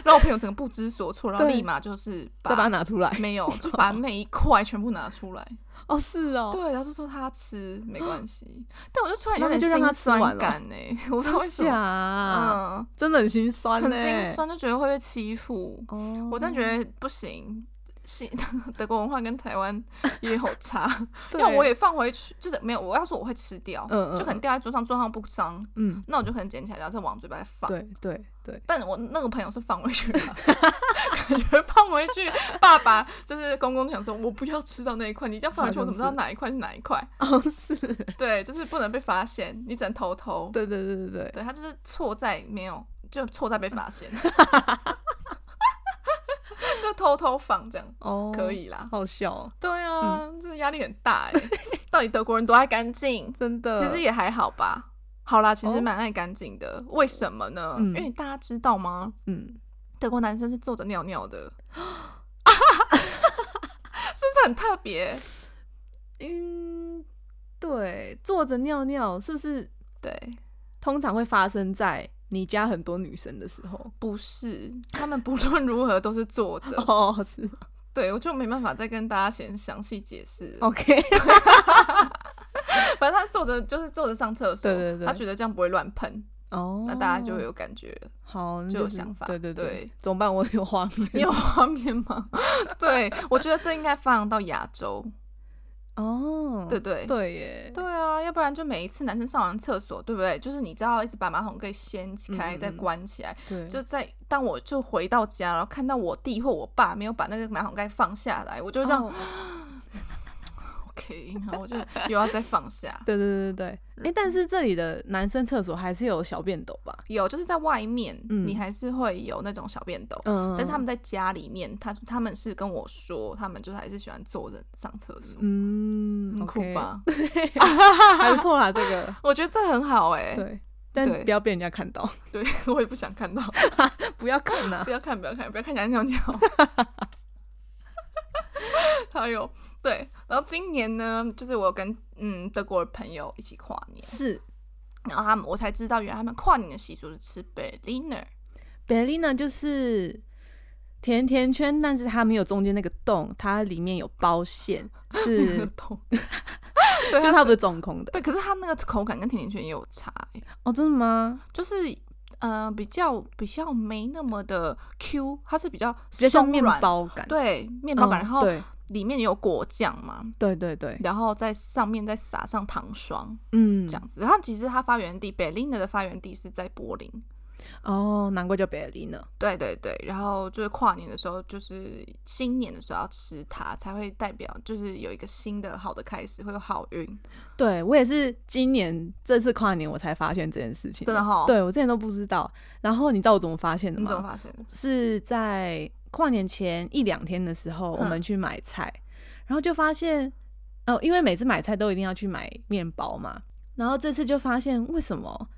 [SPEAKER 1] 然后我朋友整个不知所措，然后
[SPEAKER 2] 对
[SPEAKER 1] 立马就是
[SPEAKER 2] 再把它拿出来。
[SPEAKER 1] <laughs> 没有就把那一块全部拿出来。
[SPEAKER 2] <laughs> 哦，是哦，
[SPEAKER 1] 对，他就说他吃没关系，但我就突然有
[SPEAKER 2] 那
[SPEAKER 1] 点
[SPEAKER 2] 就让他
[SPEAKER 1] 心
[SPEAKER 2] 吃完
[SPEAKER 1] 酸
[SPEAKER 2] 了
[SPEAKER 1] 感呢、我不知道为什
[SPEAKER 2] 假
[SPEAKER 1] 么，
[SPEAKER 2] 啊，
[SPEAKER 1] 嗯，
[SPEAKER 2] 真的很欸心酸
[SPEAKER 1] 很
[SPEAKER 2] 呢
[SPEAKER 1] 心。酸，就觉得会被欺负。
[SPEAKER 2] 哦
[SPEAKER 1] 我真的觉得不行，是 <laughs> 德国文化跟台
[SPEAKER 2] <laughs>
[SPEAKER 1] 湾也有差，因
[SPEAKER 2] 对
[SPEAKER 1] 为我也放回去，就是没有，我要说我会吃掉，
[SPEAKER 2] 嗯嗯
[SPEAKER 1] 就可能掉在桌上，桌上不脏，
[SPEAKER 2] 嗯，
[SPEAKER 1] 那我就可能捡起来，然后再往嘴巴放。
[SPEAKER 2] 对对对，
[SPEAKER 1] 但我那个朋友是放回去的， <laughs> 感觉放回去，爸爸就是公公想说，我不要吃到那一块，你这样放回去，我
[SPEAKER 2] 好像
[SPEAKER 1] 怎么知道
[SPEAKER 2] 是
[SPEAKER 1] 哪一块是哪一块？
[SPEAKER 2] <laughs> 哦是，
[SPEAKER 1] 对，就是不能被发现，你只能偷偷。
[SPEAKER 2] 对对对对对，
[SPEAKER 1] 对他就是错在没有，就错在被发现，
[SPEAKER 2] <laughs>
[SPEAKER 1] <laughs> 就偷偷放这样。
[SPEAKER 2] 哦，
[SPEAKER 1] 可，以啦。
[SPEAKER 2] 好笑哦，
[SPEAKER 1] 对啊，就是压力很大哎、到底德国人多爱干净？
[SPEAKER 2] 真的，
[SPEAKER 1] 其实也还好吧。好啦，其实
[SPEAKER 2] 呃哦
[SPEAKER 1] 蛮爱干净的。为什么呢？
[SPEAKER 2] 嗯
[SPEAKER 1] 因为大家知道吗？
[SPEAKER 2] 嗯，
[SPEAKER 1] 德国男生是坐着尿尿的，是不是很特别？
[SPEAKER 2] 嗯，对，坐着尿尿是不是
[SPEAKER 1] 对，
[SPEAKER 2] 通常会发生在你家很多女生的时候？
[SPEAKER 1] 不是，他们不论如何都是坐着。
[SPEAKER 2] <laughs> 哦，是
[SPEAKER 1] 对，我就没办法再跟大家先详细解释。哦，
[SPEAKER 2] <laughs> ，OK，
[SPEAKER 1] 反正他坐着就是坐着上厕所，
[SPEAKER 2] 对对对
[SPEAKER 1] 他觉得这样不会乱喷，
[SPEAKER 2] 哦，
[SPEAKER 1] 那大家就会有感觉了。
[SPEAKER 2] 好，那
[SPEAKER 1] 就有
[SPEAKER 2] 是
[SPEAKER 1] 想法
[SPEAKER 2] 对对
[SPEAKER 1] 对，
[SPEAKER 2] 怎么办？我有画面，
[SPEAKER 1] 你有画面吗？ <laughs> 对，我觉得这应该发扬到亚洲，
[SPEAKER 2] 哦，
[SPEAKER 1] 对不对？
[SPEAKER 2] <laughs> 对耶，
[SPEAKER 1] 对啊，要不然就每一次男生上完厕所，对不对？就是你知道，一直把马桶盖掀起开，
[SPEAKER 2] 嗯嗯
[SPEAKER 1] 再
[SPEAKER 2] 嗯
[SPEAKER 1] 关起来。
[SPEAKER 2] 对，
[SPEAKER 1] 就在当我就回到家，然后看到我弟或我爸没有把那个马桶盖放下来，我就这样，我
[SPEAKER 2] 哦
[SPEAKER 1] <laughs> OK，然后我就又要再放下。
[SPEAKER 2] 对对对对对，哎、但是这里的男生厕所还是有小便斗吧？
[SPEAKER 1] 有就是在外面，
[SPEAKER 2] 嗯
[SPEAKER 1] 你还是会有那种小便斗，
[SPEAKER 2] 嗯，
[SPEAKER 1] 但是他们在家里面，他他们是跟我说，他们就是还是喜欢坐着上厕所，
[SPEAKER 2] 嗯，
[SPEAKER 1] 很酷
[SPEAKER 2] OK，
[SPEAKER 1] 吧？
[SPEAKER 2] <laughs> 还不错啦，这个
[SPEAKER 1] 我觉得这很好哎、
[SPEAKER 2] <laughs> 对，但
[SPEAKER 1] 对
[SPEAKER 2] 不要被人家看到， <laughs>
[SPEAKER 1] 对， <laughs> 我也不想看到，
[SPEAKER 2] 不要看啊呐、
[SPEAKER 1] 不要看，不要看，不要看起来尿 <laughs> 尿。还有对，然后今年呢，就是我有跟嗯德国的朋友一起跨年，
[SPEAKER 2] <laughs> 是
[SPEAKER 1] 然后他们我才知道，原来他们跨年的习俗是吃 Berliner，
[SPEAKER 2] 贝丽呢，就是甜甜圈，但是它没有中间那个洞，它里面有包馅， <laughs> 是
[SPEAKER 1] 痛，
[SPEAKER 2] 就
[SPEAKER 1] 对，它
[SPEAKER 2] 它不是中空
[SPEAKER 1] <laughs>
[SPEAKER 2] 的
[SPEAKER 1] 对，可是它那个口感跟甜甜圈也有差、欸，
[SPEAKER 2] 哦，真的吗？
[SPEAKER 1] 就是呃比较比较没那么的 Q，它是比较
[SPEAKER 2] 比较像
[SPEAKER 1] 松
[SPEAKER 2] 面
[SPEAKER 1] 软，
[SPEAKER 2] 包感，
[SPEAKER 1] 对，面
[SPEAKER 2] 嗯，
[SPEAKER 1] 包感，然后
[SPEAKER 2] 对
[SPEAKER 1] 里面有果酱嘛，
[SPEAKER 2] 对对对，
[SPEAKER 1] 然后在上面再撒上糖霜
[SPEAKER 2] 嗯
[SPEAKER 1] 这，样子。它其实它发源地 Berliner 的发源地是在柏林，
[SPEAKER 2] 哦，难怪叫贝丽呢，
[SPEAKER 1] 对对对，然后就是跨年的时候，就是新年的时候要吃它，才会代表就是有一个新的好的开始，会有好运，
[SPEAKER 2] 对我也是今年这次跨年我才发现这件事情，
[SPEAKER 1] 真的哈、，
[SPEAKER 2] 对我之前都不知道。然哦后你知道我怎么发现的
[SPEAKER 1] 你怎么
[SPEAKER 2] 吗？
[SPEAKER 1] 发现的？
[SPEAKER 2] 是在跨年前一两天的时候，我
[SPEAKER 1] 嗯
[SPEAKER 2] 们去买菜，然后就发现，哦，因为每次买菜都一定要去买面包嘛，然后这次就发现为什么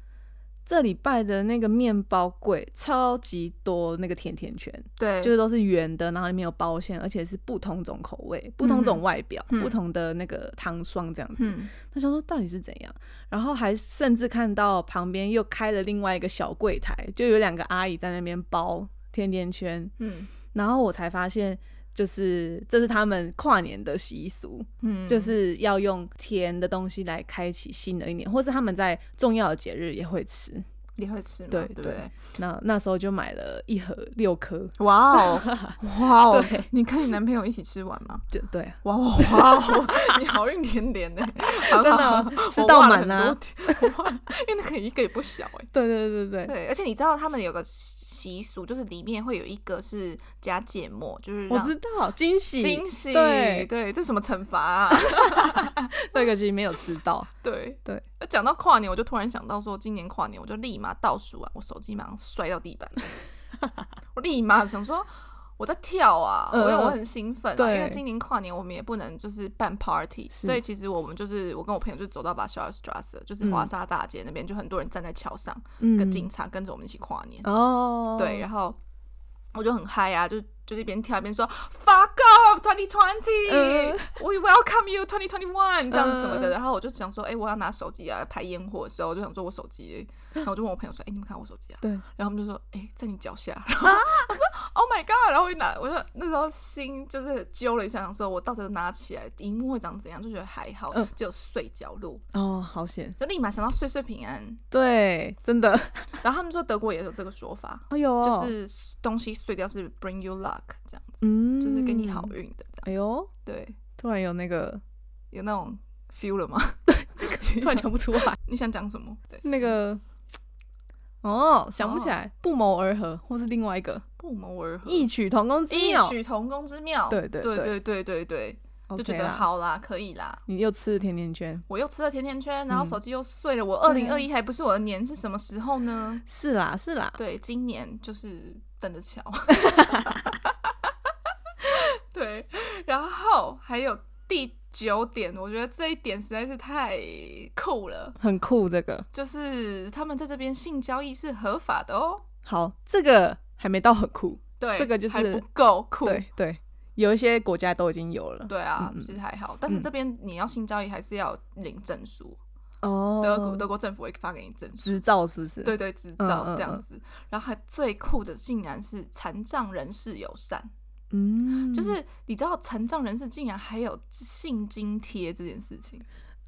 [SPEAKER 2] 这礼拜的那个面包柜超级多那个甜甜圈，
[SPEAKER 1] 对，
[SPEAKER 2] 就是都是圆的，然后里面有包馅，而且是不同种口味、不同种外表、
[SPEAKER 1] 嗯
[SPEAKER 2] 不同的那个糖霜这样子。
[SPEAKER 1] 嗯，
[SPEAKER 2] 他想说到底是怎样，然后还甚至看到旁边又开了另外一个小柜台，就有两个阿姨在那边包甜甜圈，
[SPEAKER 1] 嗯
[SPEAKER 2] 然后我才发现，就是这是他们跨年的习俗，
[SPEAKER 1] 嗯，
[SPEAKER 2] 就是要用甜的东西来开启新的一年，或是他们在重要的节日也会吃。
[SPEAKER 1] 你会吃吗？
[SPEAKER 2] 对
[SPEAKER 1] 对不
[SPEAKER 2] 对那那时候就买了一盒六颗，
[SPEAKER 1] 哇
[SPEAKER 2] <laughs>
[SPEAKER 1] 哦，哇哦
[SPEAKER 2] 对！
[SPEAKER 1] 你跟你男朋友一起吃完吗？
[SPEAKER 2] 就对啊，
[SPEAKER 1] 哇哦，哇哦！你好运连连呢，真
[SPEAKER 2] <laughs> 真的吃到满啊！
[SPEAKER 1] <laughs> 我忘了很多因为那个一个也不小哎。
[SPEAKER 2] 对对对对对，
[SPEAKER 1] 对，而且你知道他们有个习俗，就是里面会有一个是加芥末，就是
[SPEAKER 2] 我
[SPEAKER 1] 让
[SPEAKER 2] 知道惊喜，
[SPEAKER 1] 惊喜。 <laughs>
[SPEAKER 2] 对
[SPEAKER 1] 对，这是什么惩罚啊？ <laughs>
[SPEAKER 2] 这个其实没有吃到，
[SPEAKER 1] 对
[SPEAKER 2] 对。
[SPEAKER 1] 那讲到跨年，我就突然想到说，今年跨年我就立马倒数啊，我手机马上摔到地板，我立马想说。我在跳啊，我
[SPEAKER 2] 嗯
[SPEAKER 1] 因为我
[SPEAKER 2] 嗯
[SPEAKER 1] 很兴奋、啊，
[SPEAKER 2] 对
[SPEAKER 1] 因为今年跨年我们也不能就是办 party，
[SPEAKER 2] 是
[SPEAKER 1] 所以其实我们就是我跟我朋友就走到把小 Strasse，就是华沙大街那边，就很多人站在桥上，
[SPEAKER 2] 嗯
[SPEAKER 1] 跟警察跟着我们一起跨年，
[SPEAKER 2] 哦，
[SPEAKER 1] 对，然后我就很嗨啊，就就一边跳一边说 “fuck off 2020”，
[SPEAKER 2] 嗯
[SPEAKER 1] <laughs> 我 welcome you 2021这样子什么的。
[SPEAKER 2] 嗯
[SPEAKER 1] 然后我就想说，哎、我要拿手机啊拍烟火的时候，我就想说我手机， <laughs> 然后我就问我朋友说，哎、你们看我手机啊？
[SPEAKER 2] 对，
[SPEAKER 1] 然后他们就说，哎、在你脚下。 <laughs>
[SPEAKER 2] 啊
[SPEAKER 1] 然后我说，Oh my god！然后我一拿，我就那时候心就是揪了一下，想说我到时候拿起来，荧幕会长怎样，就觉得还好，
[SPEAKER 2] 嗯
[SPEAKER 1] 只有碎角落，
[SPEAKER 2] 哦，好险，
[SPEAKER 1] 就立马想到岁岁平安。
[SPEAKER 2] 对，真 <laughs> 的，
[SPEAKER 1] 然后他们说德国也有这个说法。
[SPEAKER 2] 哎呦，
[SPEAKER 1] 就是东西碎掉是 bring you luck 这样子，
[SPEAKER 2] 嗯，
[SPEAKER 1] 就是给你好运的这样。
[SPEAKER 2] 哎呦，
[SPEAKER 1] 对，
[SPEAKER 2] 突然有那个，
[SPEAKER 1] 有那种 feel
[SPEAKER 2] <laughs>
[SPEAKER 1] 了吗？ <laughs>
[SPEAKER 2] 突然讲不出来，
[SPEAKER 1] 你想讲什么？对，
[SPEAKER 2] <laughs> 那个，哦，想不起来，不谋而合，或是另外一个
[SPEAKER 1] 不谋而合，
[SPEAKER 2] 异曲同工之
[SPEAKER 1] 异
[SPEAKER 2] 妙，
[SPEAKER 1] 曲同工之妙。
[SPEAKER 2] 对对
[SPEAKER 1] 对
[SPEAKER 2] 对
[SPEAKER 1] 对对对对，就
[SPEAKER 2] OK
[SPEAKER 1] 觉得
[SPEAKER 2] 啦，
[SPEAKER 1] 好啦，可以啦。
[SPEAKER 2] 你又吃了甜甜圈，
[SPEAKER 1] 我又吃了甜甜圈，然后
[SPEAKER 2] 嗯
[SPEAKER 1] 手机又碎了。我二
[SPEAKER 2] 对
[SPEAKER 1] 零
[SPEAKER 2] 啊
[SPEAKER 1] 二一还不是我的年，是什么时候呢？
[SPEAKER 2] 是啦是啦，
[SPEAKER 1] 对，今年就是等着瞧。 <laughs> 对，然后还有第九点，我觉得这一点实在是太酷了。
[SPEAKER 2] 很酷这个，
[SPEAKER 1] 就是他们在这边性交易是合法的哦。
[SPEAKER 2] 好，这个还没到很酷，
[SPEAKER 1] 对，
[SPEAKER 2] 这个就是
[SPEAKER 1] 还不够酷。
[SPEAKER 2] 对对，有一些国家都已经有了，
[SPEAKER 1] 对啊，
[SPEAKER 2] 嗯嗯
[SPEAKER 1] 其实还好，但是
[SPEAKER 2] 嗯
[SPEAKER 1] 这边你要性交易还是要领证书，
[SPEAKER 2] 哦，
[SPEAKER 1] 德国德国政府会发给你证书，
[SPEAKER 2] 执照是不是？
[SPEAKER 1] 对对，执照
[SPEAKER 2] 嗯嗯
[SPEAKER 1] 这样子。然后还最酷的竟然是残障人士友善，
[SPEAKER 2] 嗯，
[SPEAKER 1] 就是你知道残障人士竟然还有性津贴这件事情，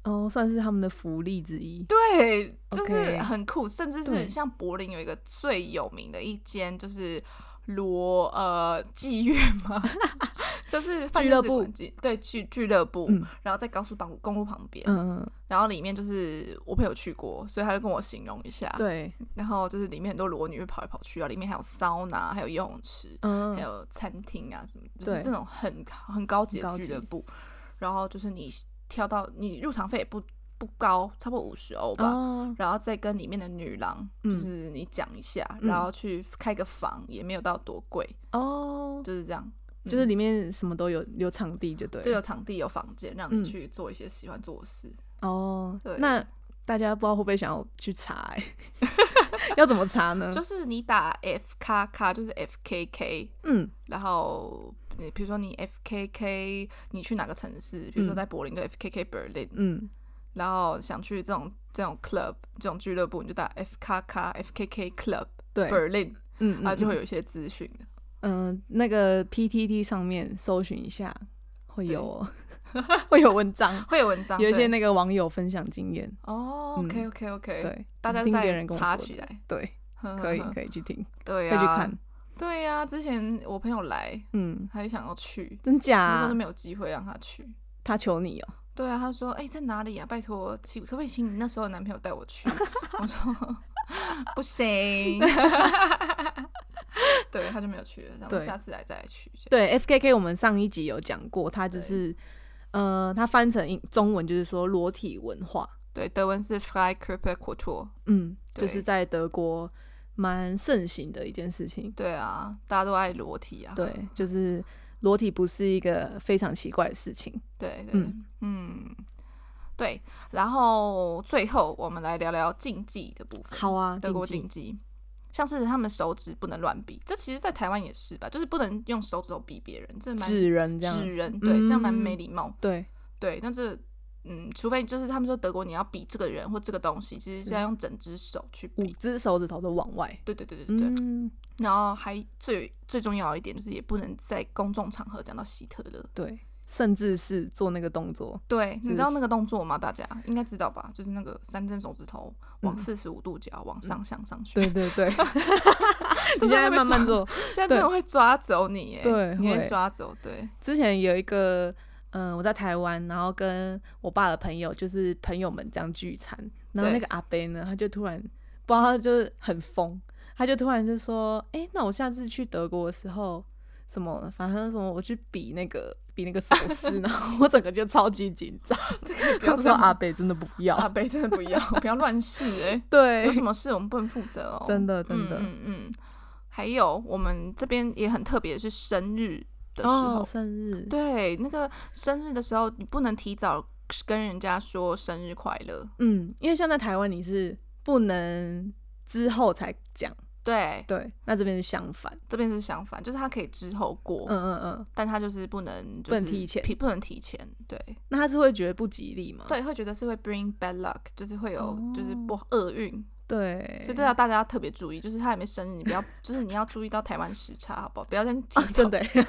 [SPEAKER 2] 哦，算是他们的福利之一，
[SPEAKER 1] 对，就是
[SPEAKER 2] OK
[SPEAKER 1] 很酷，甚至是
[SPEAKER 2] 对
[SPEAKER 1] 像柏林有一个最有名的一间，就是罗呃妓院嘛， <laughs> 就是饭
[SPEAKER 2] 俱
[SPEAKER 1] 店
[SPEAKER 2] 乐
[SPEAKER 1] 式管
[SPEAKER 2] 部
[SPEAKER 1] 制，对俱俱乐部，
[SPEAKER 2] 嗯
[SPEAKER 1] 然后在高速公路公路旁边，
[SPEAKER 2] 嗯，嗯
[SPEAKER 1] 然后里面就是我朋友去过，所以他就跟我形容一下，，
[SPEAKER 2] 对，
[SPEAKER 1] 然后就是里面很多裸女会跑来跑去啊，里面还有桑拿，还有游泳池，
[SPEAKER 2] 嗯，
[SPEAKER 1] 还有餐厅啊什么，就是
[SPEAKER 2] 对
[SPEAKER 1] 这种很很高级的
[SPEAKER 2] 很高
[SPEAKER 1] 俱
[SPEAKER 2] 级
[SPEAKER 1] 乐部。然后就是你挑到你入场费也不不高，差不多五十欧吧。
[SPEAKER 2] 哦，
[SPEAKER 1] 然后再跟里面的女郎，
[SPEAKER 2] 嗯
[SPEAKER 1] 就是你讲一下，
[SPEAKER 2] 嗯
[SPEAKER 1] 然后去开个房，也没有到多贵，
[SPEAKER 2] 哦，
[SPEAKER 1] 就是这样。
[SPEAKER 2] 就是里面什么都有，有场地就对了，
[SPEAKER 1] 就有场地有房间，让你
[SPEAKER 2] 嗯
[SPEAKER 1] 去做一些喜欢做的事。
[SPEAKER 2] 哦
[SPEAKER 1] 对，
[SPEAKER 2] 那大家不知道会不会想要去查、欸？
[SPEAKER 1] <laughs>
[SPEAKER 2] 要怎么查呢？
[SPEAKER 1] 就是你打 F 卡卡，就是 F K K，
[SPEAKER 2] 嗯
[SPEAKER 1] 然后你比如说你 F K K，你去哪个城市？比如说
[SPEAKER 2] 嗯
[SPEAKER 1] 在柏林就 F K K Berlin，、
[SPEAKER 2] 嗯，
[SPEAKER 1] 然后想去这种这种 club 这种俱乐部，你就打 F 卡卡 F K K Club
[SPEAKER 2] 对，
[SPEAKER 1] Berlin，
[SPEAKER 2] 嗯，
[SPEAKER 1] 啊，
[SPEAKER 2] 啊
[SPEAKER 1] 就会有一些资讯的。
[SPEAKER 2] 嗯、那个 PTT 上面搜寻一下，会有哦、 <laughs> 会有文章，
[SPEAKER 1] 会有文章，
[SPEAKER 2] 嗯有
[SPEAKER 1] <laughs>
[SPEAKER 2] 一
[SPEAKER 1] 对
[SPEAKER 2] 些那个网友分享经验，
[SPEAKER 1] 哦
[SPEAKER 2] 嗯
[SPEAKER 1] ，OK OK OK，，
[SPEAKER 2] 对，
[SPEAKER 1] 大家
[SPEAKER 2] 是听别人
[SPEAKER 1] 再
[SPEAKER 2] 跟我
[SPEAKER 1] 查
[SPEAKER 2] 说
[SPEAKER 1] 起
[SPEAKER 2] 的，
[SPEAKER 1] 来，
[SPEAKER 2] 对，
[SPEAKER 1] 呵呵
[SPEAKER 2] 可以
[SPEAKER 1] 呵
[SPEAKER 2] 可以去听，
[SPEAKER 1] 对啊呀、
[SPEAKER 2] 可以去看，
[SPEAKER 1] 对呀、之前我朋友来，
[SPEAKER 2] 嗯，
[SPEAKER 1] 他也想要去，
[SPEAKER 2] 真假、
[SPEAKER 1] 那时候就没有机会让他去。
[SPEAKER 2] 他求你哦、
[SPEAKER 1] 对啊，他说：“哎、在哪里啊？拜托，请可不可以请你那时候的男朋友带我去？” <laughs> 我说：“不行。” <laughs> 对，他就没有去了。然后
[SPEAKER 2] 对
[SPEAKER 1] 下次来再来去。这样
[SPEAKER 2] 对，FKK 我们上一集有讲过，它就是呃，它翻成英中文就是说裸体文化，
[SPEAKER 1] 对，德文是 Fly k r p e r Kultur。
[SPEAKER 2] 嗯，
[SPEAKER 1] 对
[SPEAKER 2] 就是在德国蛮盛行的一件事情。
[SPEAKER 1] 对啊，大家都爱裸体啊。
[SPEAKER 2] 对，就是裸体不是一个非常奇怪的事情。
[SPEAKER 1] 对对，嗯
[SPEAKER 2] 嗯
[SPEAKER 1] 对。然后最后我们来聊聊竞技的部分。
[SPEAKER 2] 好啊，
[SPEAKER 1] 德国
[SPEAKER 2] 禁
[SPEAKER 1] 禁
[SPEAKER 2] 忌
[SPEAKER 1] 忌，像是他们手指不能乱比，这其实在台湾也是吧，就是不能用手指头比别人，这蛮
[SPEAKER 2] 指人这样，嗯
[SPEAKER 1] 指人，对，这样蛮没礼貌。
[SPEAKER 2] 对
[SPEAKER 1] 对，但是嗯，除非就是他们说德国你要比这个人或这个东西，其实是
[SPEAKER 2] 是
[SPEAKER 1] 要用整只手去
[SPEAKER 2] 五
[SPEAKER 1] 比。
[SPEAKER 2] 只手指头都往外。
[SPEAKER 1] 对对对对对，
[SPEAKER 2] 嗯，
[SPEAKER 1] 然后还最最重要一点就是也不能在公众场合讲到希特勒。
[SPEAKER 2] 对，甚至是做那个动作，
[SPEAKER 1] 对，你知道
[SPEAKER 2] 是
[SPEAKER 1] 那个动作吗？大家应该知道吧？就是那个三根手指头往
[SPEAKER 2] 嗯
[SPEAKER 1] 四十五度角往上向上去。
[SPEAKER 2] 对对对，
[SPEAKER 1] 这
[SPEAKER 2] <laughs>
[SPEAKER 1] 真
[SPEAKER 2] 你现
[SPEAKER 1] 的
[SPEAKER 2] 在
[SPEAKER 1] 会
[SPEAKER 2] 慢慢
[SPEAKER 1] 抓
[SPEAKER 2] 做。
[SPEAKER 1] 现在真的会抓走你耶，
[SPEAKER 2] 对
[SPEAKER 1] 你会
[SPEAKER 2] 会
[SPEAKER 1] 抓走，
[SPEAKER 2] <laughs>
[SPEAKER 1] 对，
[SPEAKER 2] 之前有一个，嗯、我在台湾，然后跟我爸的朋友，就是朋友们这样聚餐，然后
[SPEAKER 1] 对
[SPEAKER 2] 那个阿伯呢，他就突然不知道，他就是很疯，他就突然就说：“哎、那我下次去德国的时候，什么反正什么，我去比那个比那个手势。”然后我整个就超级紧张，
[SPEAKER 1] 这个不
[SPEAKER 2] 他
[SPEAKER 1] 要
[SPEAKER 2] 说：“啊
[SPEAKER 1] 这
[SPEAKER 2] 阿
[SPEAKER 1] 样，
[SPEAKER 2] 伯真的不要。
[SPEAKER 1] 阿北真的不要，不要乱试哎，
[SPEAKER 2] <laughs> 对
[SPEAKER 1] 有，什么事我们不能负责哦，
[SPEAKER 2] 真的真的
[SPEAKER 1] 嗯嗯嗯。还有我们这边也很特别，是生日的时候，
[SPEAKER 2] 哦，生日，
[SPEAKER 1] 对，那个生日的时候你不能提早跟人家说生日快乐，
[SPEAKER 2] 嗯，因为像在台湾你是不能之后才讲，
[SPEAKER 1] 对，
[SPEAKER 2] 对，那这边是相反，
[SPEAKER 1] 这边是相反，就是他可以之后过，
[SPEAKER 2] 嗯嗯嗯。
[SPEAKER 1] 但他就是不能、就是、
[SPEAKER 2] 不能提前嗯
[SPEAKER 1] 提，不能提前，对
[SPEAKER 2] 那他是会觉得不吉利吗？
[SPEAKER 1] 对，会觉得是会 bring bad luck，就是会有、就是不厄运，
[SPEAKER 2] 哦对，
[SPEAKER 1] 所以这要大家特别注意，就是他还没生日，你不要，就是你要注意到台湾时差，好不好？不要再提 <laughs>
[SPEAKER 2] 啊，真
[SPEAKER 1] 的，
[SPEAKER 2] 的耶，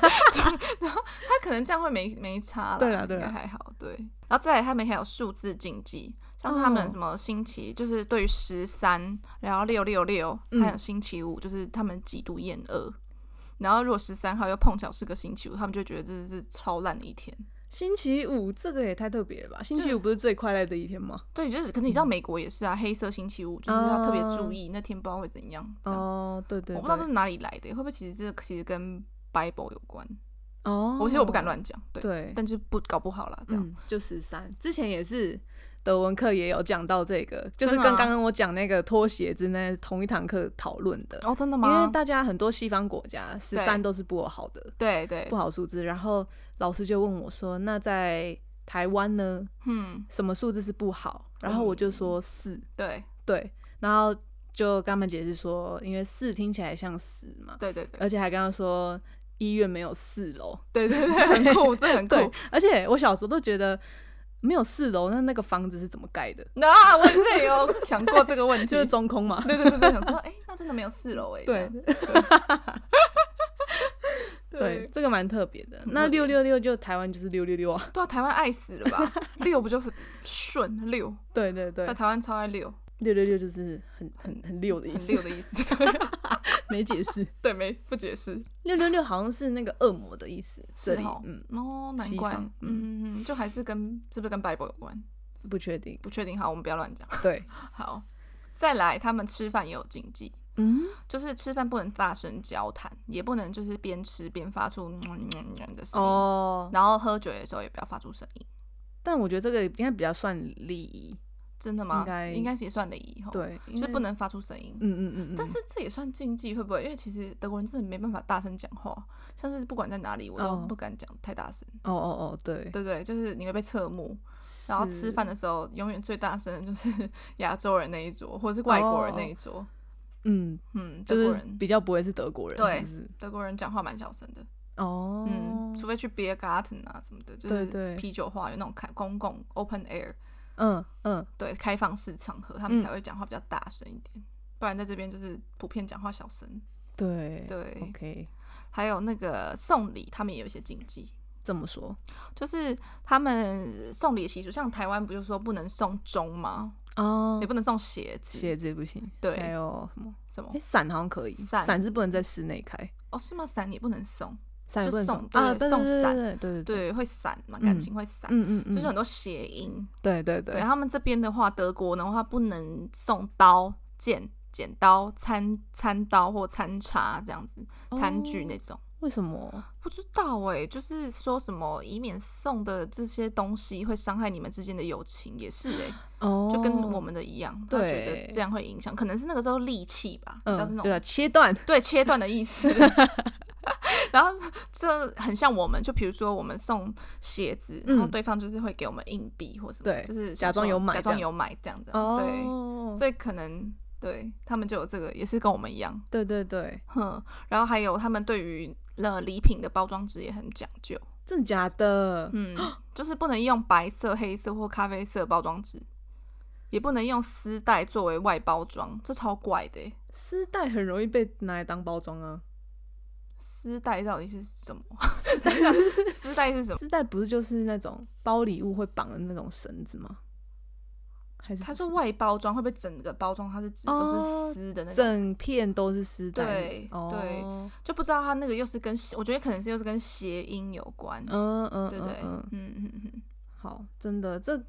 [SPEAKER 1] 他可能这样会没没差啦，
[SPEAKER 2] 对啦对
[SPEAKER 1] 应该
[SPEAKER 2] 啦
[SPEAKER 1] 还好，对。然后再来，他们还有数字竞技，像是他们
[SPEAKER 2] 哦
[SPEAKER 1] 什么星期，就是对于十三，然后六六六，还有
[SPEAKER 2] 嗯
[SPEAKER 1] 星期五，就是他们极度厌恶。然后如果十三号又碰巧是个星期五，他们就觉得这是超烂的一天。
[SPEAKER 2] <laughs> 星期五这个也太特别了吧？星期五不是最快乐的一天吗？
[SPEAKER 1] 对，就是可是你知道美国也是啊，黑色星期五就是要特别注意，那天不知道会怎样。这样
[SPEAKER 2] 哦，对对
[SPEAKER 1] 我不知道这是哪里来的，会不会其实这个其实跟 Bible 有关？
[SPEAKER 2] 哦，
[SPEAKER 1] 我其实我不敢，乱讲，对，
[SPEAKER 2] 对，
[SPEAKER 1] 但是不搞不好啦，这样。
[SPEAKER 2] 嗯，就十三，之前也是。德文课也有讲到这个，就是
[SPEAKER 1] 真的
[SPEAKER 2] 跟
[SPEAKER 1] 吗
[SPEAKER 2] 刚刚我讲那个拖鞋子那同一堂课讨论的，
[SPEAKER 1] 哦，真的
[SPEAKER 2] 因
[SPEAKER 1] 吗？
[SPEAKER 2] 为大家很多西方国家十三都是不好的，
[SPEAKER 1] 对对
[SPEAKER 2] 不，好数字。然后老师就问我说：“那在台湾呢，
[SPEAKER 1] 嗯，
[SPEAKER 2] 什么数字是不好？”然后我就说四、
[SPEAKER 1] 对
[SPEAKER 2] 对，然后就跟他们解释说，因为四听起来像死嘛，
[SPEAKER 1] 对对对
[SPEAKER 2] 而且还跟他说医院没有四楼，
[SPEAKER 1] 对对对，很酷，这很酷。 <laughs>
[SPEAKER 2] 对，而且我小时候都觉得没有四楼，那那个房子是怎么盖的？
[SPEAKER 1] 那啊我之前也有想过这个问题，
[SPEAKER 2] <laughs> 就是中空嘛，
[SPEAKER 1] 对对对对，想说，哎，那真的没有四楼哎，这 <laughs>
[SPEAKER 2] 对
[SPEAKER 1] 样
[SPEAKER 2] 对，这个蛮特别的。
[SPEAKER 1] 特
[SPEAKER 2] 那
[SPEAKER 1] 别
[SPEAKER 2] 六六六就台湾就是六六六
[SPEAKER 1] <laughs>
[SPEAKER 2] 啊，
[SPEAKER 1] 对啊，台湾爱死了吧？六不就顺六，
[SPEAKER 2] 对对对
[SPEAKER 1] 在，台湾超爱六，
[SPEAKER 2] 六六六就是很很很六的意
[SPEAKER 1] 很
[SPEAKER 2] 思，
[SPEAKER 1] 六的意
[SPEAKER 2] <laughs>
[SPEAKER 1] 思。对
[SPEAKER 2] 没
[SPEAKER 1] <laughs>
[SPEAKER 2] 解释。
[SPEAKER 1] 对，没不解释。
[SPEAKER 2] 六六六好像是那个恶魔的意思，
[SPEAKER 1] 是
[SPEAKER 2] 这里
[SPEAKER 1] 哦
[SPEAKER 2] 嗯
[SPEAKER 1] 哦，难
[SPEAKER 2] 西
[SPEAKER 1] 怪
[SPEAKER 2] 方，
[SPEAKER 1] 嗯，就还是跟是不是跟 Bible 有关？
[SPEAKER 2] 不
[SPEAKER 1] <laughs>
[SPEAKER 2] 确定，
[SPEAKER 1] 不确定，好，我们不要乱讲。
[SPEAKER 2] 对，
[SPEAKER 1] 好，再来，他们吃饭也有禁忌，
[SPEAKER 2] 嗯，
[SPEAKER 1] 就是吃饭不能大声交谈，也不能就是边吃边发出嗯嗯嗯的声音，
[SPEAKER 2] 哦，
[SPEAKER 1] 然后喝酒的时候也不要发出声音。
[SPEAKER 2] 但我觉得这个应该比较算礼仪，
[SPEAKER 1] 真的吗？
[SPEAKER 2] 应该
[SPEAKER 1] 应该也算礼仪哈。，
[SPEAKER 2] 对，因
[SPEAKER 1] 就是
[SPEAKER 2] 为
[SPEAKER 1] 哦不，能发出声音。
[SPEAKER 2] 嗯嗯嗯嗯，
[SPEAKER 1] 但是这也算禁忌，会不会？因为其实德国人真的没办法大声讲话，像是不管在哪里，我都
[SPEAKER 2] 哦
[SPEAKER 1] 不敢讲太大声，
[SPEAKER 2] 哦哦哦，对，
[SPEAKER 1] 对不对？就是你会被侧目，然后吃饭
[SPEAKER 2] 的，
[SPEAKER 1] 的时候，永远最大声的就是 <laughs> 亚洲人那一桌，或者是外国人那一桌。
[SPEAKER 2] 嗯，
[SPEAKER 1] 嗯，
[SPEAKER 2] 哦就
[SPEAKER 1] 德国
[SPEAKER 2] 是
[SPEAKER 1] 人，
[SPEAKER 2] 比较不会是德国人，
[SPEAKER 1] 对
[SPEAKER 2] 是不是
[SPEAKER 1] 德国人讲话蛮小声的。
[SPEAKER 2] 哦，
[SPEAKER 1] 嗯，除非去 beer garden 啊什么的，就
[SPEAKER 2] 对
[SPEAKER 1] 是
[SPEAKER 2] 对
[SPEAKER 1] 啤酒花园那种开公共 open air，
[SPEAKER 2] 嗯嗯，
[SPEAKER 1] 对，开放式场合，他们
[SPEAKER 2] 嗯
[SPEAKER 1] 才会讲话比较大声一点。不然在这边就是普遍讲话小声，
[SPEAKER 2] 对
[SPEAKER 1] 对，
[SPEAKER 2] ，OK，
[SPEAKER 1] 还有那个送礼，他们也有一些禁忌，
[SPEAKER 2] 这么说，
[SPEAKER 1] 就是他们送礼的习俗，像台湾不就说不能送钟吗？
[SPEAKER 2] 哦
[SPEAKER 1] 也，不能送鞋子，
[SPEAKER 2] 鞋子不行，
[SPEAKER 1] 对
[SPEAKER 2] 还有什么？
[SPEAKER 1] 什么
[SPEAKER 2] 哎，？伞好像可以，
[SPEAKER 1] 伞
[SPEAKER 2] 伞是不能在室内开，
[SPEAKER 1] 哦，是吗？伞也不能送，
[SPEAKER 2] 伞
[SPEAKER 1] 就
[SPEAKER 2] 也不能
[SPEAKER 1] 送
[SPEAKER 2] 送
[SPEAKER 1] 对
[SPEAKER 2] 啊，对
[SPEAKER 1] 送
[SPEAKER 2] 对对
[SPEAKER 1] 伞
[SPEAKER 2] 对对对对，
[SPEAKER 1] 对，会散嘛，
[SPEAKER 2] 嗯
[SPEAKER 1] 感情会散，
[SPEAKER 2] 嗯嗯嗯，
[SPEAKER 1] 就是很多谐音。
[SPEAKER 2] 对对
[SPEAKER 1] 对
[SPEAKER 2] 对，
[SPEAKER 1] 他们这边的话，德国的话不能送刀、剑、剪刀、餐餐刀或餐叉这样子，
[SPEAKER 2] 哦
[SPEAKER 1] 餐具那种。
[SPEAKER 2] 为什么？
[SPEAKER 1] 不知道哎、就是说什么，以免送的这些东西会伤害你们之间的友情，也是哎、
[SPEAKER 2] 哦，
[SPEAKER 1] 就跟我们的一样，他觉得
[SPEAKER 2] 对
[SPEAKER 1] 这样会影响，可能是那个时候戾气吧，比较那
[SPEAKER 2] 嗯，
[SPEAKER 1] 种
[SPEAKER 2] 对啊，切断，
[SPEAKER 1] 对，切断的意
[SPEAKER 2] <laughs>
[SPEAKER 1] 思。然后这很像我们，就比如说我们送鞋子，然后
[SPEAKER 2] 嗯
[SPEAKER 1] 对方就是会给我们硬币或什么，
[SPEAKER 2] 对
[SPEAKER 1] 就是
[SPEAKER 2] 假装
[SPEAKER 1] 说
[SPEAKER 2] 有买
[SPEAKER 1] 假
[SPEAKER 2] 这
[SPEAKER 1] 装
[SPEAKER 2] 样
[SPEAKER 1] 有买这样的。对，
[SPEAKER 2] 哦，
[SPEAKER 1] 所以可能对他们就有这个，也是跟我们一样。
[SPEAKER 2] 对对对，
[SPEAKER 1] 哼，然后还有他们对于呃礼品的包装纸也很讲
[SPEAKER 2] <gasps>
[SPEAKER 1] 究，
[SPEAKER 2] 真的假的？
[SPEAKER 1] 嗯，就是不能用白色、黑色或咖啡色包装纸。也不能用丝带作为外包装，这超怪的欸。
[SPEAKER 2] 丝带很容易被拿来当包装啊，
[SPEAKER 1] 丝带到底是什
[SPEAKER 2] <laughs>
[SPEAKER 1] 么？ <laughs> 等一下，丝带是什么？
[SPEAKER 2] 丝带不是就是那种包礼物会绑的那种绳子吗？还是
[SPEAKER 1] 它
[SPEAKER 2] 不
[SPEAKER 1] 说外包装会不会整个包装它是纸都是
[SPEAKER 2] 哦
[SPEAKER 1] 丝的那种，
[SPEAKER 2] 整片都是丝带
[SPEAKER 1] 对
[SPEAKER 2] 是不是？哦，
[SPEAKER 1] 就不知道它那个又是跟我觉得可能是又是跟谐音有关，
[SPEAKER 2] 嗯嗯
[SPEAKER 1] 对不
[SPEAKER 2] 嗯
[SPEAKER 1] 对？
[SPEAKER 2] 嗯
[SPEAKER 1] 嗯，嗯嗯嗯，
[SPEAKER 2] 好，真的这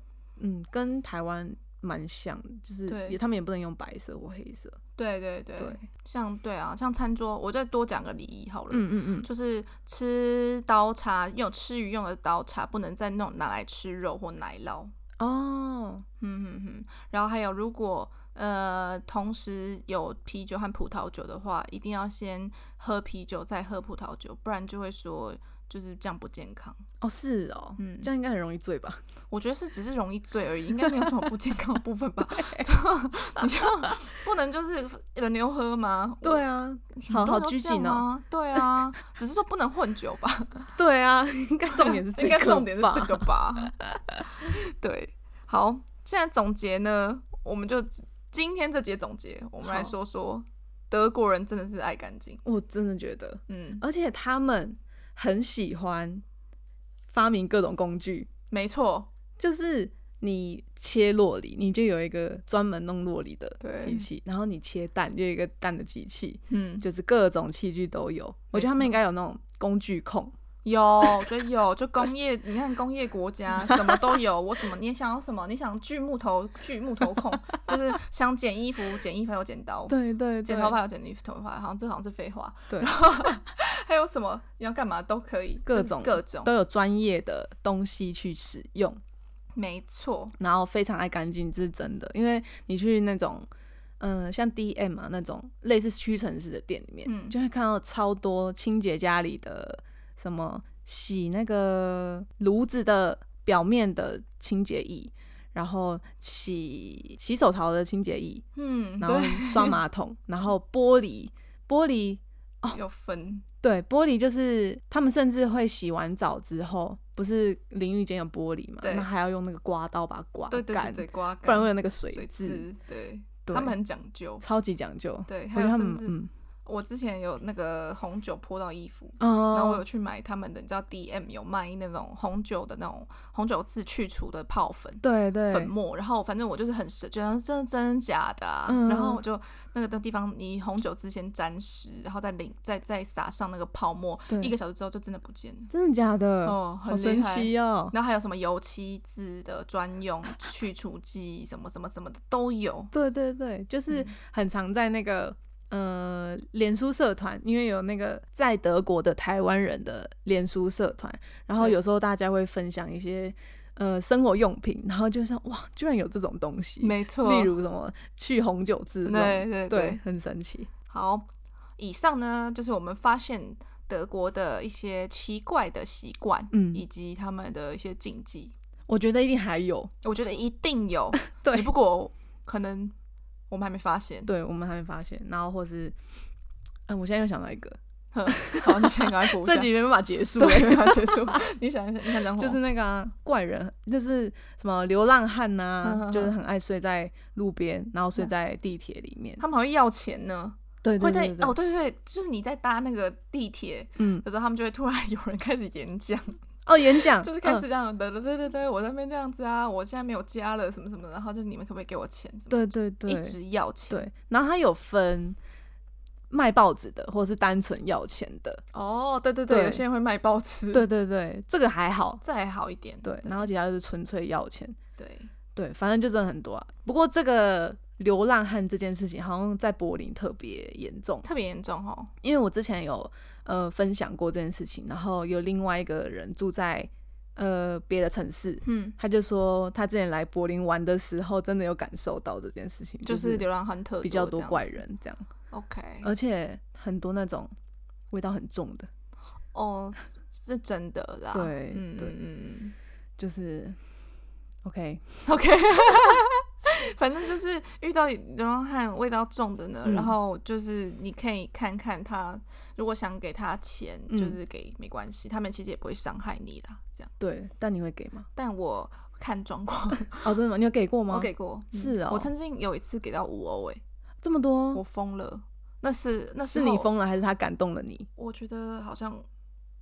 [SPEAKER 2] 嗯跟台湾蛮像，就是
[SPEAKER 1] 对
[SPEAKER 2] 也他们也不能用白色或黑色，
[SPEAKER 1] 对对对，
[SPEAKER 2] 对，
[SPEAKER 1] 像对啊，像餐桌，我再多讲个礼仪好了。
[SPEAKER 2] 嗯嗯嗯，
[SPEAKER 1] 就是吃刀叉，用吃鱼用的刀叉，不能再弄拿来吃肉或奶酪。
[SPEAKER 2] 哦，
[SPEAKER 1] 嗯哼哼，然后还有，如果呃同时有啤酒和葡萄酒的话，一定要先喝啤酒再喝葡萄酒，不然就会说就是这样不健康。
[SPEAKER 2] 哦是哦，
[SPEAKER 1] 嗯
[SPEAKER 2] 这样应该很容易醉吧？
[SPEAKER 1] 我觉得是只是容易醉而已，应该没有什么不健康的部
[SPEAKER 2] <laughs>
[SPEAKER 1] 分吧？就你就不能就是轮流喝吗？
[SPEAKER 2] 对啊，
[SPEAKER 1] 我，
[SPEAKER 2] 好好拘谨哦，
[SPEAKER 1] 哦。对啊，只是说不能混酒吧？
[SPEAKER 2] 对啊， <laughs> 应该重点是这
[SPEAKER 1] <laughs> 应
[SPEAKER 2] 个
[SPEAKER 1] 该重点是
[SPEAKER 2] 吧
[SPEAKER 1] 这个
[SPEAKER 2] <laughs>
[SPEAKER 1] 吧？对，好，现在总结呢，我们就今天这节总结，我们来
[SPEAKER 2] 好
[SPEAKER 1] 说说德国人真的是爱干净。
[SPEAKER 2] 我真的觉得，
[SPEAKER 1] 嗯，
[SPEAKER 2] 而且他们很喜欢发明各种工具，
[SPEAKER 1] 没错，
[SPEAKER 2] 就是你切洛梨，你就有一个专门弄洛梨的
[SPEAKER 1] 对
[SPEAKER 2] 机器，然后你切蛋就有一个蛋的机器，
[SPEAKER 1] 嗯，
[SPEAKER 2] 就是各种器具都有。我觉得他们应该有那种工具控，
[SPEAKER 1] 有，我觉得有，就工业，你看工业国家什么都有，我什么你想要什么，你想锯木头锯木头控， <laughs> 就是想剪衣服剪衣服有剪刀，
[SPEAKER 2] 对对
[SPEAKER 1] 剪头，发有剪头发，好像这好像是废话，
[SPEAKER 2] <laughs> 对
[SPEAKER 1] 然后还有什么你要干嘛都可以，
[SPEAKER 2] 各
[SPEAKER 1] 就是
[SPEAKER 2] 种
[SPEAKER 1] 各种，
[SPEAKER 2] 都有专业的东西去使用，
[SPEAKER 1] 没错，
[SPEAKER 2] 然后非常爱干净，这是真的。因为你去那种。嗯，像 DM 啊那种类似屈臣氏的店里面，
[SPEAKER 1] 嗯
[SPEAKER 2] 就会看到超多清洁家里的什么洗那个炉子的表面的清洁液，然后洗洗手槽的清洁液，
[SPEAKER 1] 嗯，
[SPEAKER 2] 然后
[SPEAKER 1] 对，
[SPEAKER 2] 刷马桶， <laughs> 然后玻璃玻璃哦
[SPEAKER 1] 有分，
[SPEAKER 2] 对，玻璃就是他们甚至会洗完澡之后，不是淋浴间有玻璃嘛，
[SPEAKER 1] 对
[SPEAKER 2] 那还要用那个刮刀把它刮
[SPEAKER 1] 对对对
[SPEAKER 2] 干，
[SPEAKER 1] 对，刮干，
[SPEAKER 2] 不然会有那个水
[SPEAKER 1] 水
[SPEAKER 2] 渍。
[SPEAKER 1] 渍，对，
[SPEAKER 2] 对
[SPEAKER 1] 他们很讲究，
[SPEAKER 2] 超级讲究，
[SPEAKER 1] 对，
[SPEAKER 2] 我
[SPEAKER 1] 还
[SPEAKER 2] 觉得
[SPEAKER 1] 有
[SPEAKER 2] 他
[SPEAKER 1] 甚
[SPEAKER 2] 们
[SPEAKER 1] 至
[SPEAKER 2] 嗯，
[SPEAKER 1] 我之前有那个红酒泼到衣服，然后我
[SPEAKER 2] 哦
[SPEAKER 1] 有去买他们的，你知道 DM 有卖那种红酒的那种红酒渍去除的泡粉。
[SPEAKER 2] 对对，
[SPEAKER 1] 粉末，然后反正我就是很神，觉得真的真的假的、啊，
[SPEAKER 2] 嗯
[SPEAKER 1] 然后我就那个的地方，你红酒之先沾湿，然后再淋，再再撒上那个泡沫，
[SPEAKER 2] 对
[SPEAKER 1] 一个小时之后就真的不见了，
[SPEAKER 2] 真的假的？
[SPEAKER 1] 哦，
[SPEAKER 2] 好
[SPEAKER 1] 很厉
[SPEAKER 2] 神
[SPEAKER 1] 害。
[SPEAKER 2] 奇哦！
[SPEAKER 1] 然后还有什么油漆渍的专用去除剂，什么什么什么的都有。
[SPEAKER 2] 对对对，就是
[SPEAKER 1] 嗯
[SPEAKER 2] 很常在那个。呃，脸书社团，因为有那个在德国的台湾人的脸书社团，然后
[SPEAKER 1] 对
[SPEAKER 2] 有时候大家会分享一些呃生活用品，然后就像哇，居然有这种东西，
[SPEAKER 1] 没错，
[SPEAKER 2] 嗯例如什么去红酒自动，
[SPEAKER 1] 对对
[SPEAKER 2] 对，很神奇。
[SPEAKER 1] 好，以上呢就是我们发现德国的一些奇怪的习惯，
[SPEAKER 2] 嗯
[SPEAKER 1] 以及他们的一些禁忌，
[SPEAKER 2] 我觉得一定还有，
[SPEAKER 1] 我觉得一定
[SPEAKER 2] <laughs>
[SPEAKER 1] 有，
[SPEAKER 2] 对
[SPEAKER 1] 只不过可能我们还没发现。
[SPEAKER 2] 对我们还没发现，然后或是，嗯，我现在又想到一个，
[SPEAKER 1] 哼好，你先赶快
[SPEAKER 2] <laughs>
[SPEAKER 1] 补一下。
[SPEAKER 2] 这集没办法结束，
[SPEAKER 1] <laughs> 对，要结束。你想一下，你想讲什
[SPEAKER 2] <laughs>
[SPEAKER 1] 么？
[SPEAKER 2] 就是那个啊、怪人，就是什么流浪汉呐、
[SPEAKER 1] 嗯嗯嗯
[SPEAKER 2] 就是很爱睡在路边，然后睡在地铁里面。
[SPEAKER 1] 他们还会要钱呢，
[SPEAKER 2] 对
[SPEAKER 1] 嗯
[SPEAKER 2] 对
[SPEAKER 1] 会
[SPEAKER 2] 对
[SPEAKER 1] 在
[SPEAKER 2] 对对
[SPEAKER 1] 哦，对对对，就是你在搭那个地铁
[SPEAKER 2] 嗯，
[SPEAKER 1] 的时候，他们就会突然有人开始演
[SPEAKER 2] <laughs>
[SPEAKER 1] 讲，
[SPEAKER 2] 哦，演讲
[SPEAKER 1] <laughs> 就是开始
[SPEAKER 2] 嗯
[SPEAKER 1] 这样，对对对对对，我在那边这样子啊，我现在没有家了，什么什么的，然后就你们可不可以给我钱？什么
[SPEAKER 2] 对对对，
[SPEAKER 1] 一直要钱。
[SPEAKER 2] 对，然后他有分卖报纸的，或者是单纯要钱的。
[SPEAKER 1] 哦，对对对，
[SPEAKER 2] 对
[SPEAKER 1] 有些人会卖包吃，，
[SPEAKER 2] 对对对，这个还好。
[SPEAKER 1] 这还好一点。
[SPEAKER 2] 对，然后其他就是纯粹要钱。
[SPEAKER 1] 对，
[SPEAKER 2] 对，反正就真的很多啊。不过这个流浪汉这件事情，好像在柏林特别严重。
[SPEAKER 1] 特别严重哦。
[SPEAKER 2] 因为我之前有呃分享过这件事情，然后有另外一个人住在呃别的城市，
[SPEAKER 1] 嗯，
[SPEAKER 2] 他就说他之前来柏林玩的时候，真的有感受到这件事情，
[SPEAKER 1] 就是是流浪汉特
[SPEAKER 2] 比较
[SPEAKER 1] 多
[SPEAKER 2] 多
[SPEAKER 1] 这样
[SPEAKER 2] 怪
[SPEAKER 1] 子。
[SPEAKER 2] 人呃这样，
[SPEAKER 1] OK，
[SPEAKER 2] 而且很多那种味道很重的，
[SPEAKER 1] 哦，是真的啦。
[SPEAKER 2] 对
[SPEAKER 1] 嗯
[SPEAKER 2] 对
[SPEAKER 1] 嗯
[SPEAKER 2] 就是 OK，
[SPEAKER 1] 嗯，OK 。反正就是遇到流浪汉味道重的呢，
[SPEAKER 2] 嗯
[SPEAKER 1] 然后就是你可以看看他，如果想给他钱，就
[SPEAKER 2] 嗯
[SPEAKER 1] 是给没关系，他们其实也不会伤害你啦，这样。
[SPEAKER 2] 对，但你会给吗？
[SPEAKER 1] 但我看状
[SPEAKER 2] <laughs>
[SPEAKER 1] 况，
[SPEAKER 2] 哦，真的吗？你有给过吗？
[SPEAKER 1] 我给过，嗯
[SPEAKER 2] 是哦
[SPEAKER 1] 我曾经有一次给到五欧，诶，
[SPEAKER 2] 这么多
[SPEAKER 1] 我，疯了，那是那
[SPEAKER 2] 是
[SPEAKER 1] 时候
[SPEAKER 2] 你疯了还是他感动了你？
[SPEAKER 1] 我觉得好像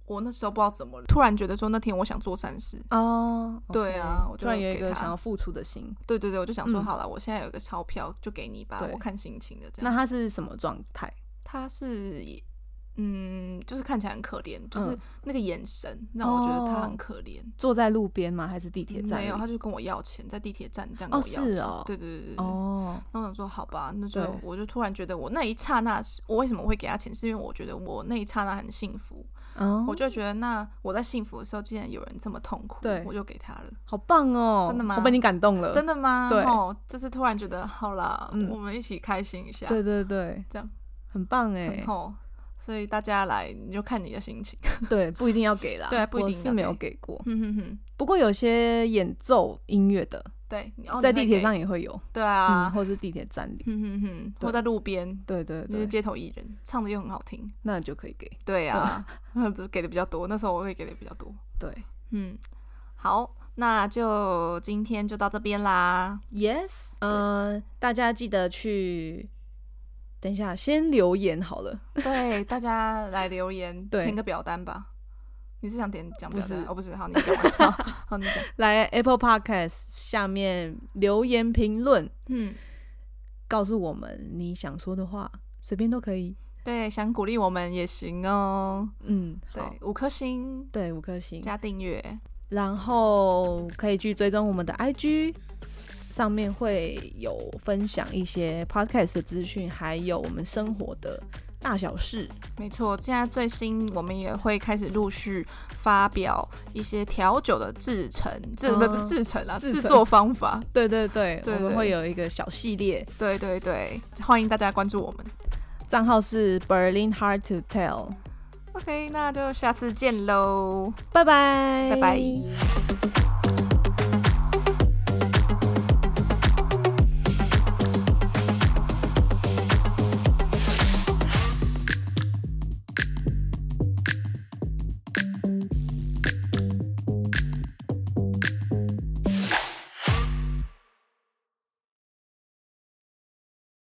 [SPEAKER 1] 我那时候不知道怎么了，突然觉得说那天我想做善事，
[SPEAKER 2] 哦，
[SPEAKER 1] 对啊
[SPEAKER 2] OK，
[SPEAKER 1] 我就
[SPEAKER 2] 突然有一
[SPEAKER 1] 给
[SPEAKER 2] 个
[SPEAKER 1] 他
[SPEAKER 2] 想要付出的心。
[SPEAKER 1] 对对对，我就想说
[SPEAKER 2] 嗯
[SPEAKER 1] 好了，我现在有一个钞票就给你吧，
[SPEAKER 2] 对
[SPEAKER 1] 我看心情的这
[SPEAKER 2] 那
[SPEAKER 1] 样。
[SPEAKER 2] 他是什么状态？
[SPEAKER 1] 他是嗯，就是看起来很可怜，就是
[SPEAKER 2] 嗯
[SPEAKER 1] 那个眼神让我觉得他
[SPEAKER 2] 哦
[SPEAKER 1] 很可怜。嗯
[SPEAKER 2] 坐在路边吗？还是地铁站里？
[SPEAKER 1] 没有，他就跟我要钱，在地铁站这样跟
[SPEAKER 2] 哦
[SPEAKER 1] 我要
[SPEAKER 2] 是
[SPEAKER 1] 钱。
[SPEAKER 2] 哦
[SPEAKER 1] 对对对对。对
[SPEAKER 2] 哦，
[SPEAKER 1] 那我想说，好吧，那就
[SPEAKER 2] 对
[SPEAKER 1] 我就突然觉得，我那一刹那是，我为什么会给他钱，是因为我觉得我那一刹那很幸福，
[SPEAKER 2] 哦，
[SPEAKER 1] 我就觉得那我在幸福的时候，竟然有人这么痛苦，
[SPEAKER 2] 对
[SPEAKER 1] 我就给他了。
[SPEAKER 2] 好棒哦，
[SPEAKER 1] 真的吗
[SPEAKER 2] 我被你感动了，
[SPEAKER 1] 真
[SPEAKER 2] 的，
[SPEAKER 1] 的吗？
[SPEAKER 2] 对
[SPEAKER 1] 哦，就是突然觉得好啦，
[SPEAKER 2] 嗯
[SPEAKER 1] 我们一起开心一下，
[SPEAKER 2] 对对对，
[SPEAKER 1] 这样
[SPEAKER 2] 很棒哎
[SPEAKER 1] 然，后，哦所以大家来，你就看你的心情。
[SPEAKER 2] 对，不一定要给
[SPEAKER 1] <laughs>
[SPEAKER 2] 啦，
[SPEAKER 1] 对啊不一定
[SPEAKER 2] 我
[SPEAKER 1] 要
[SPEAKER 2] 是没有
[SPEAKER 1] 给
[SPEAKER 2] 给过，
[SPEAKER 1] 嗯哼哼哼，
[SPEAKER 2] 不过有些演奏音乐的，
[SPEAKER 1] 对，哦
[SPEAKER 2] 在
[SPEAKER 1] 你会
[SPEAKER 2] 地铁
[SPEAKER 1] 给
[SPEAKER 2] 上也会有，
[SPEAKER 1] 对
[SPEAKER 2] 嗯，
[SPEAKER 1] 啊，嗯
[SPEAKER 2] 或是地铁站里，
[SPEAKER 1] 哼哼哼，
[SPEAKER 2] 对
[SPEAKER 1] 或在路边，
[SPEAKER 2] 对对
[SPEAKER 1] 就是
[SPEAKER 2] 对，
[SPEAKER 1] 街头艺人，唱的又很好听。
[SPEAKER 2] 那就可以给，
[SPEAKER 1] 对啊， <laughs> 给的比较多，那时候我会给的比较多。
[SPEAKER 2] 对
[SPEAKER 1] 嗯，好，那就今天就到这边啦。
[SPEAKER 2] ，yes，呃，大家记得去。等一下，先留言好了。
[SPEAKER 1] 对，大家来留 <laughs> 言，
[SPEAKER 2] 对
[SPEAKER 1] 填个表单吧。你是想点讲表单
[SPEAKER 2] 不？是
[SPEAKER 1] 哦，不是，好，你讲 <laughs> 完，好，好，你讲。
[SPEAKER 2] 来 Apple Podcast 下面留言评论，
[SPEAKER 1] 嗯。
[SPEAKER 2] 告诉我们你想说的话，随便都可以。
[SPEAKER 1] 对，想鼓励我们也行哦。
[SPEAKER 2] 嗯，
[SPEAKER 1] 对
[SPEAKER 2] 好，，
[SPEAKER 1] 五颗星
[SPEAKER 2] 对，五颗星。
[SPEAKER 1] 加订阅，
[SPEAKER 2] 然后可以去追踪我们的 IG，上面会有分享一些 podcast 的资讯，还有我们生活的大小事。
[SPEAKER 1] 没错。现在最新，我们也会开始陆续发表一些调酒的制成，制不
[SPEAKER 2] 哦
[SPEAKER 1] 不是制成啦，
[SPEAKER 2] 制
[SPEAKER 1] 制
[SPEAKER 2] 成
[SPEAKER 1] 作方法。
[SPEAKER 2] 对对对，
[SPEAKER 1] 对
[SPEAKER 2] 我们
[SPEAKER 1] 对
[SPEAKER 2] 会有一个小系列，
[SPEAKER 1] 对对对，欢迎大家关注我们。
[SPEAKER 2] 账号是 Berlin Hard to Tell。
[SPEAKER 1] OK，那就下次见喽，
[SPEAKER 2] 拜拜，
[SPEAKER 1] 拜拜。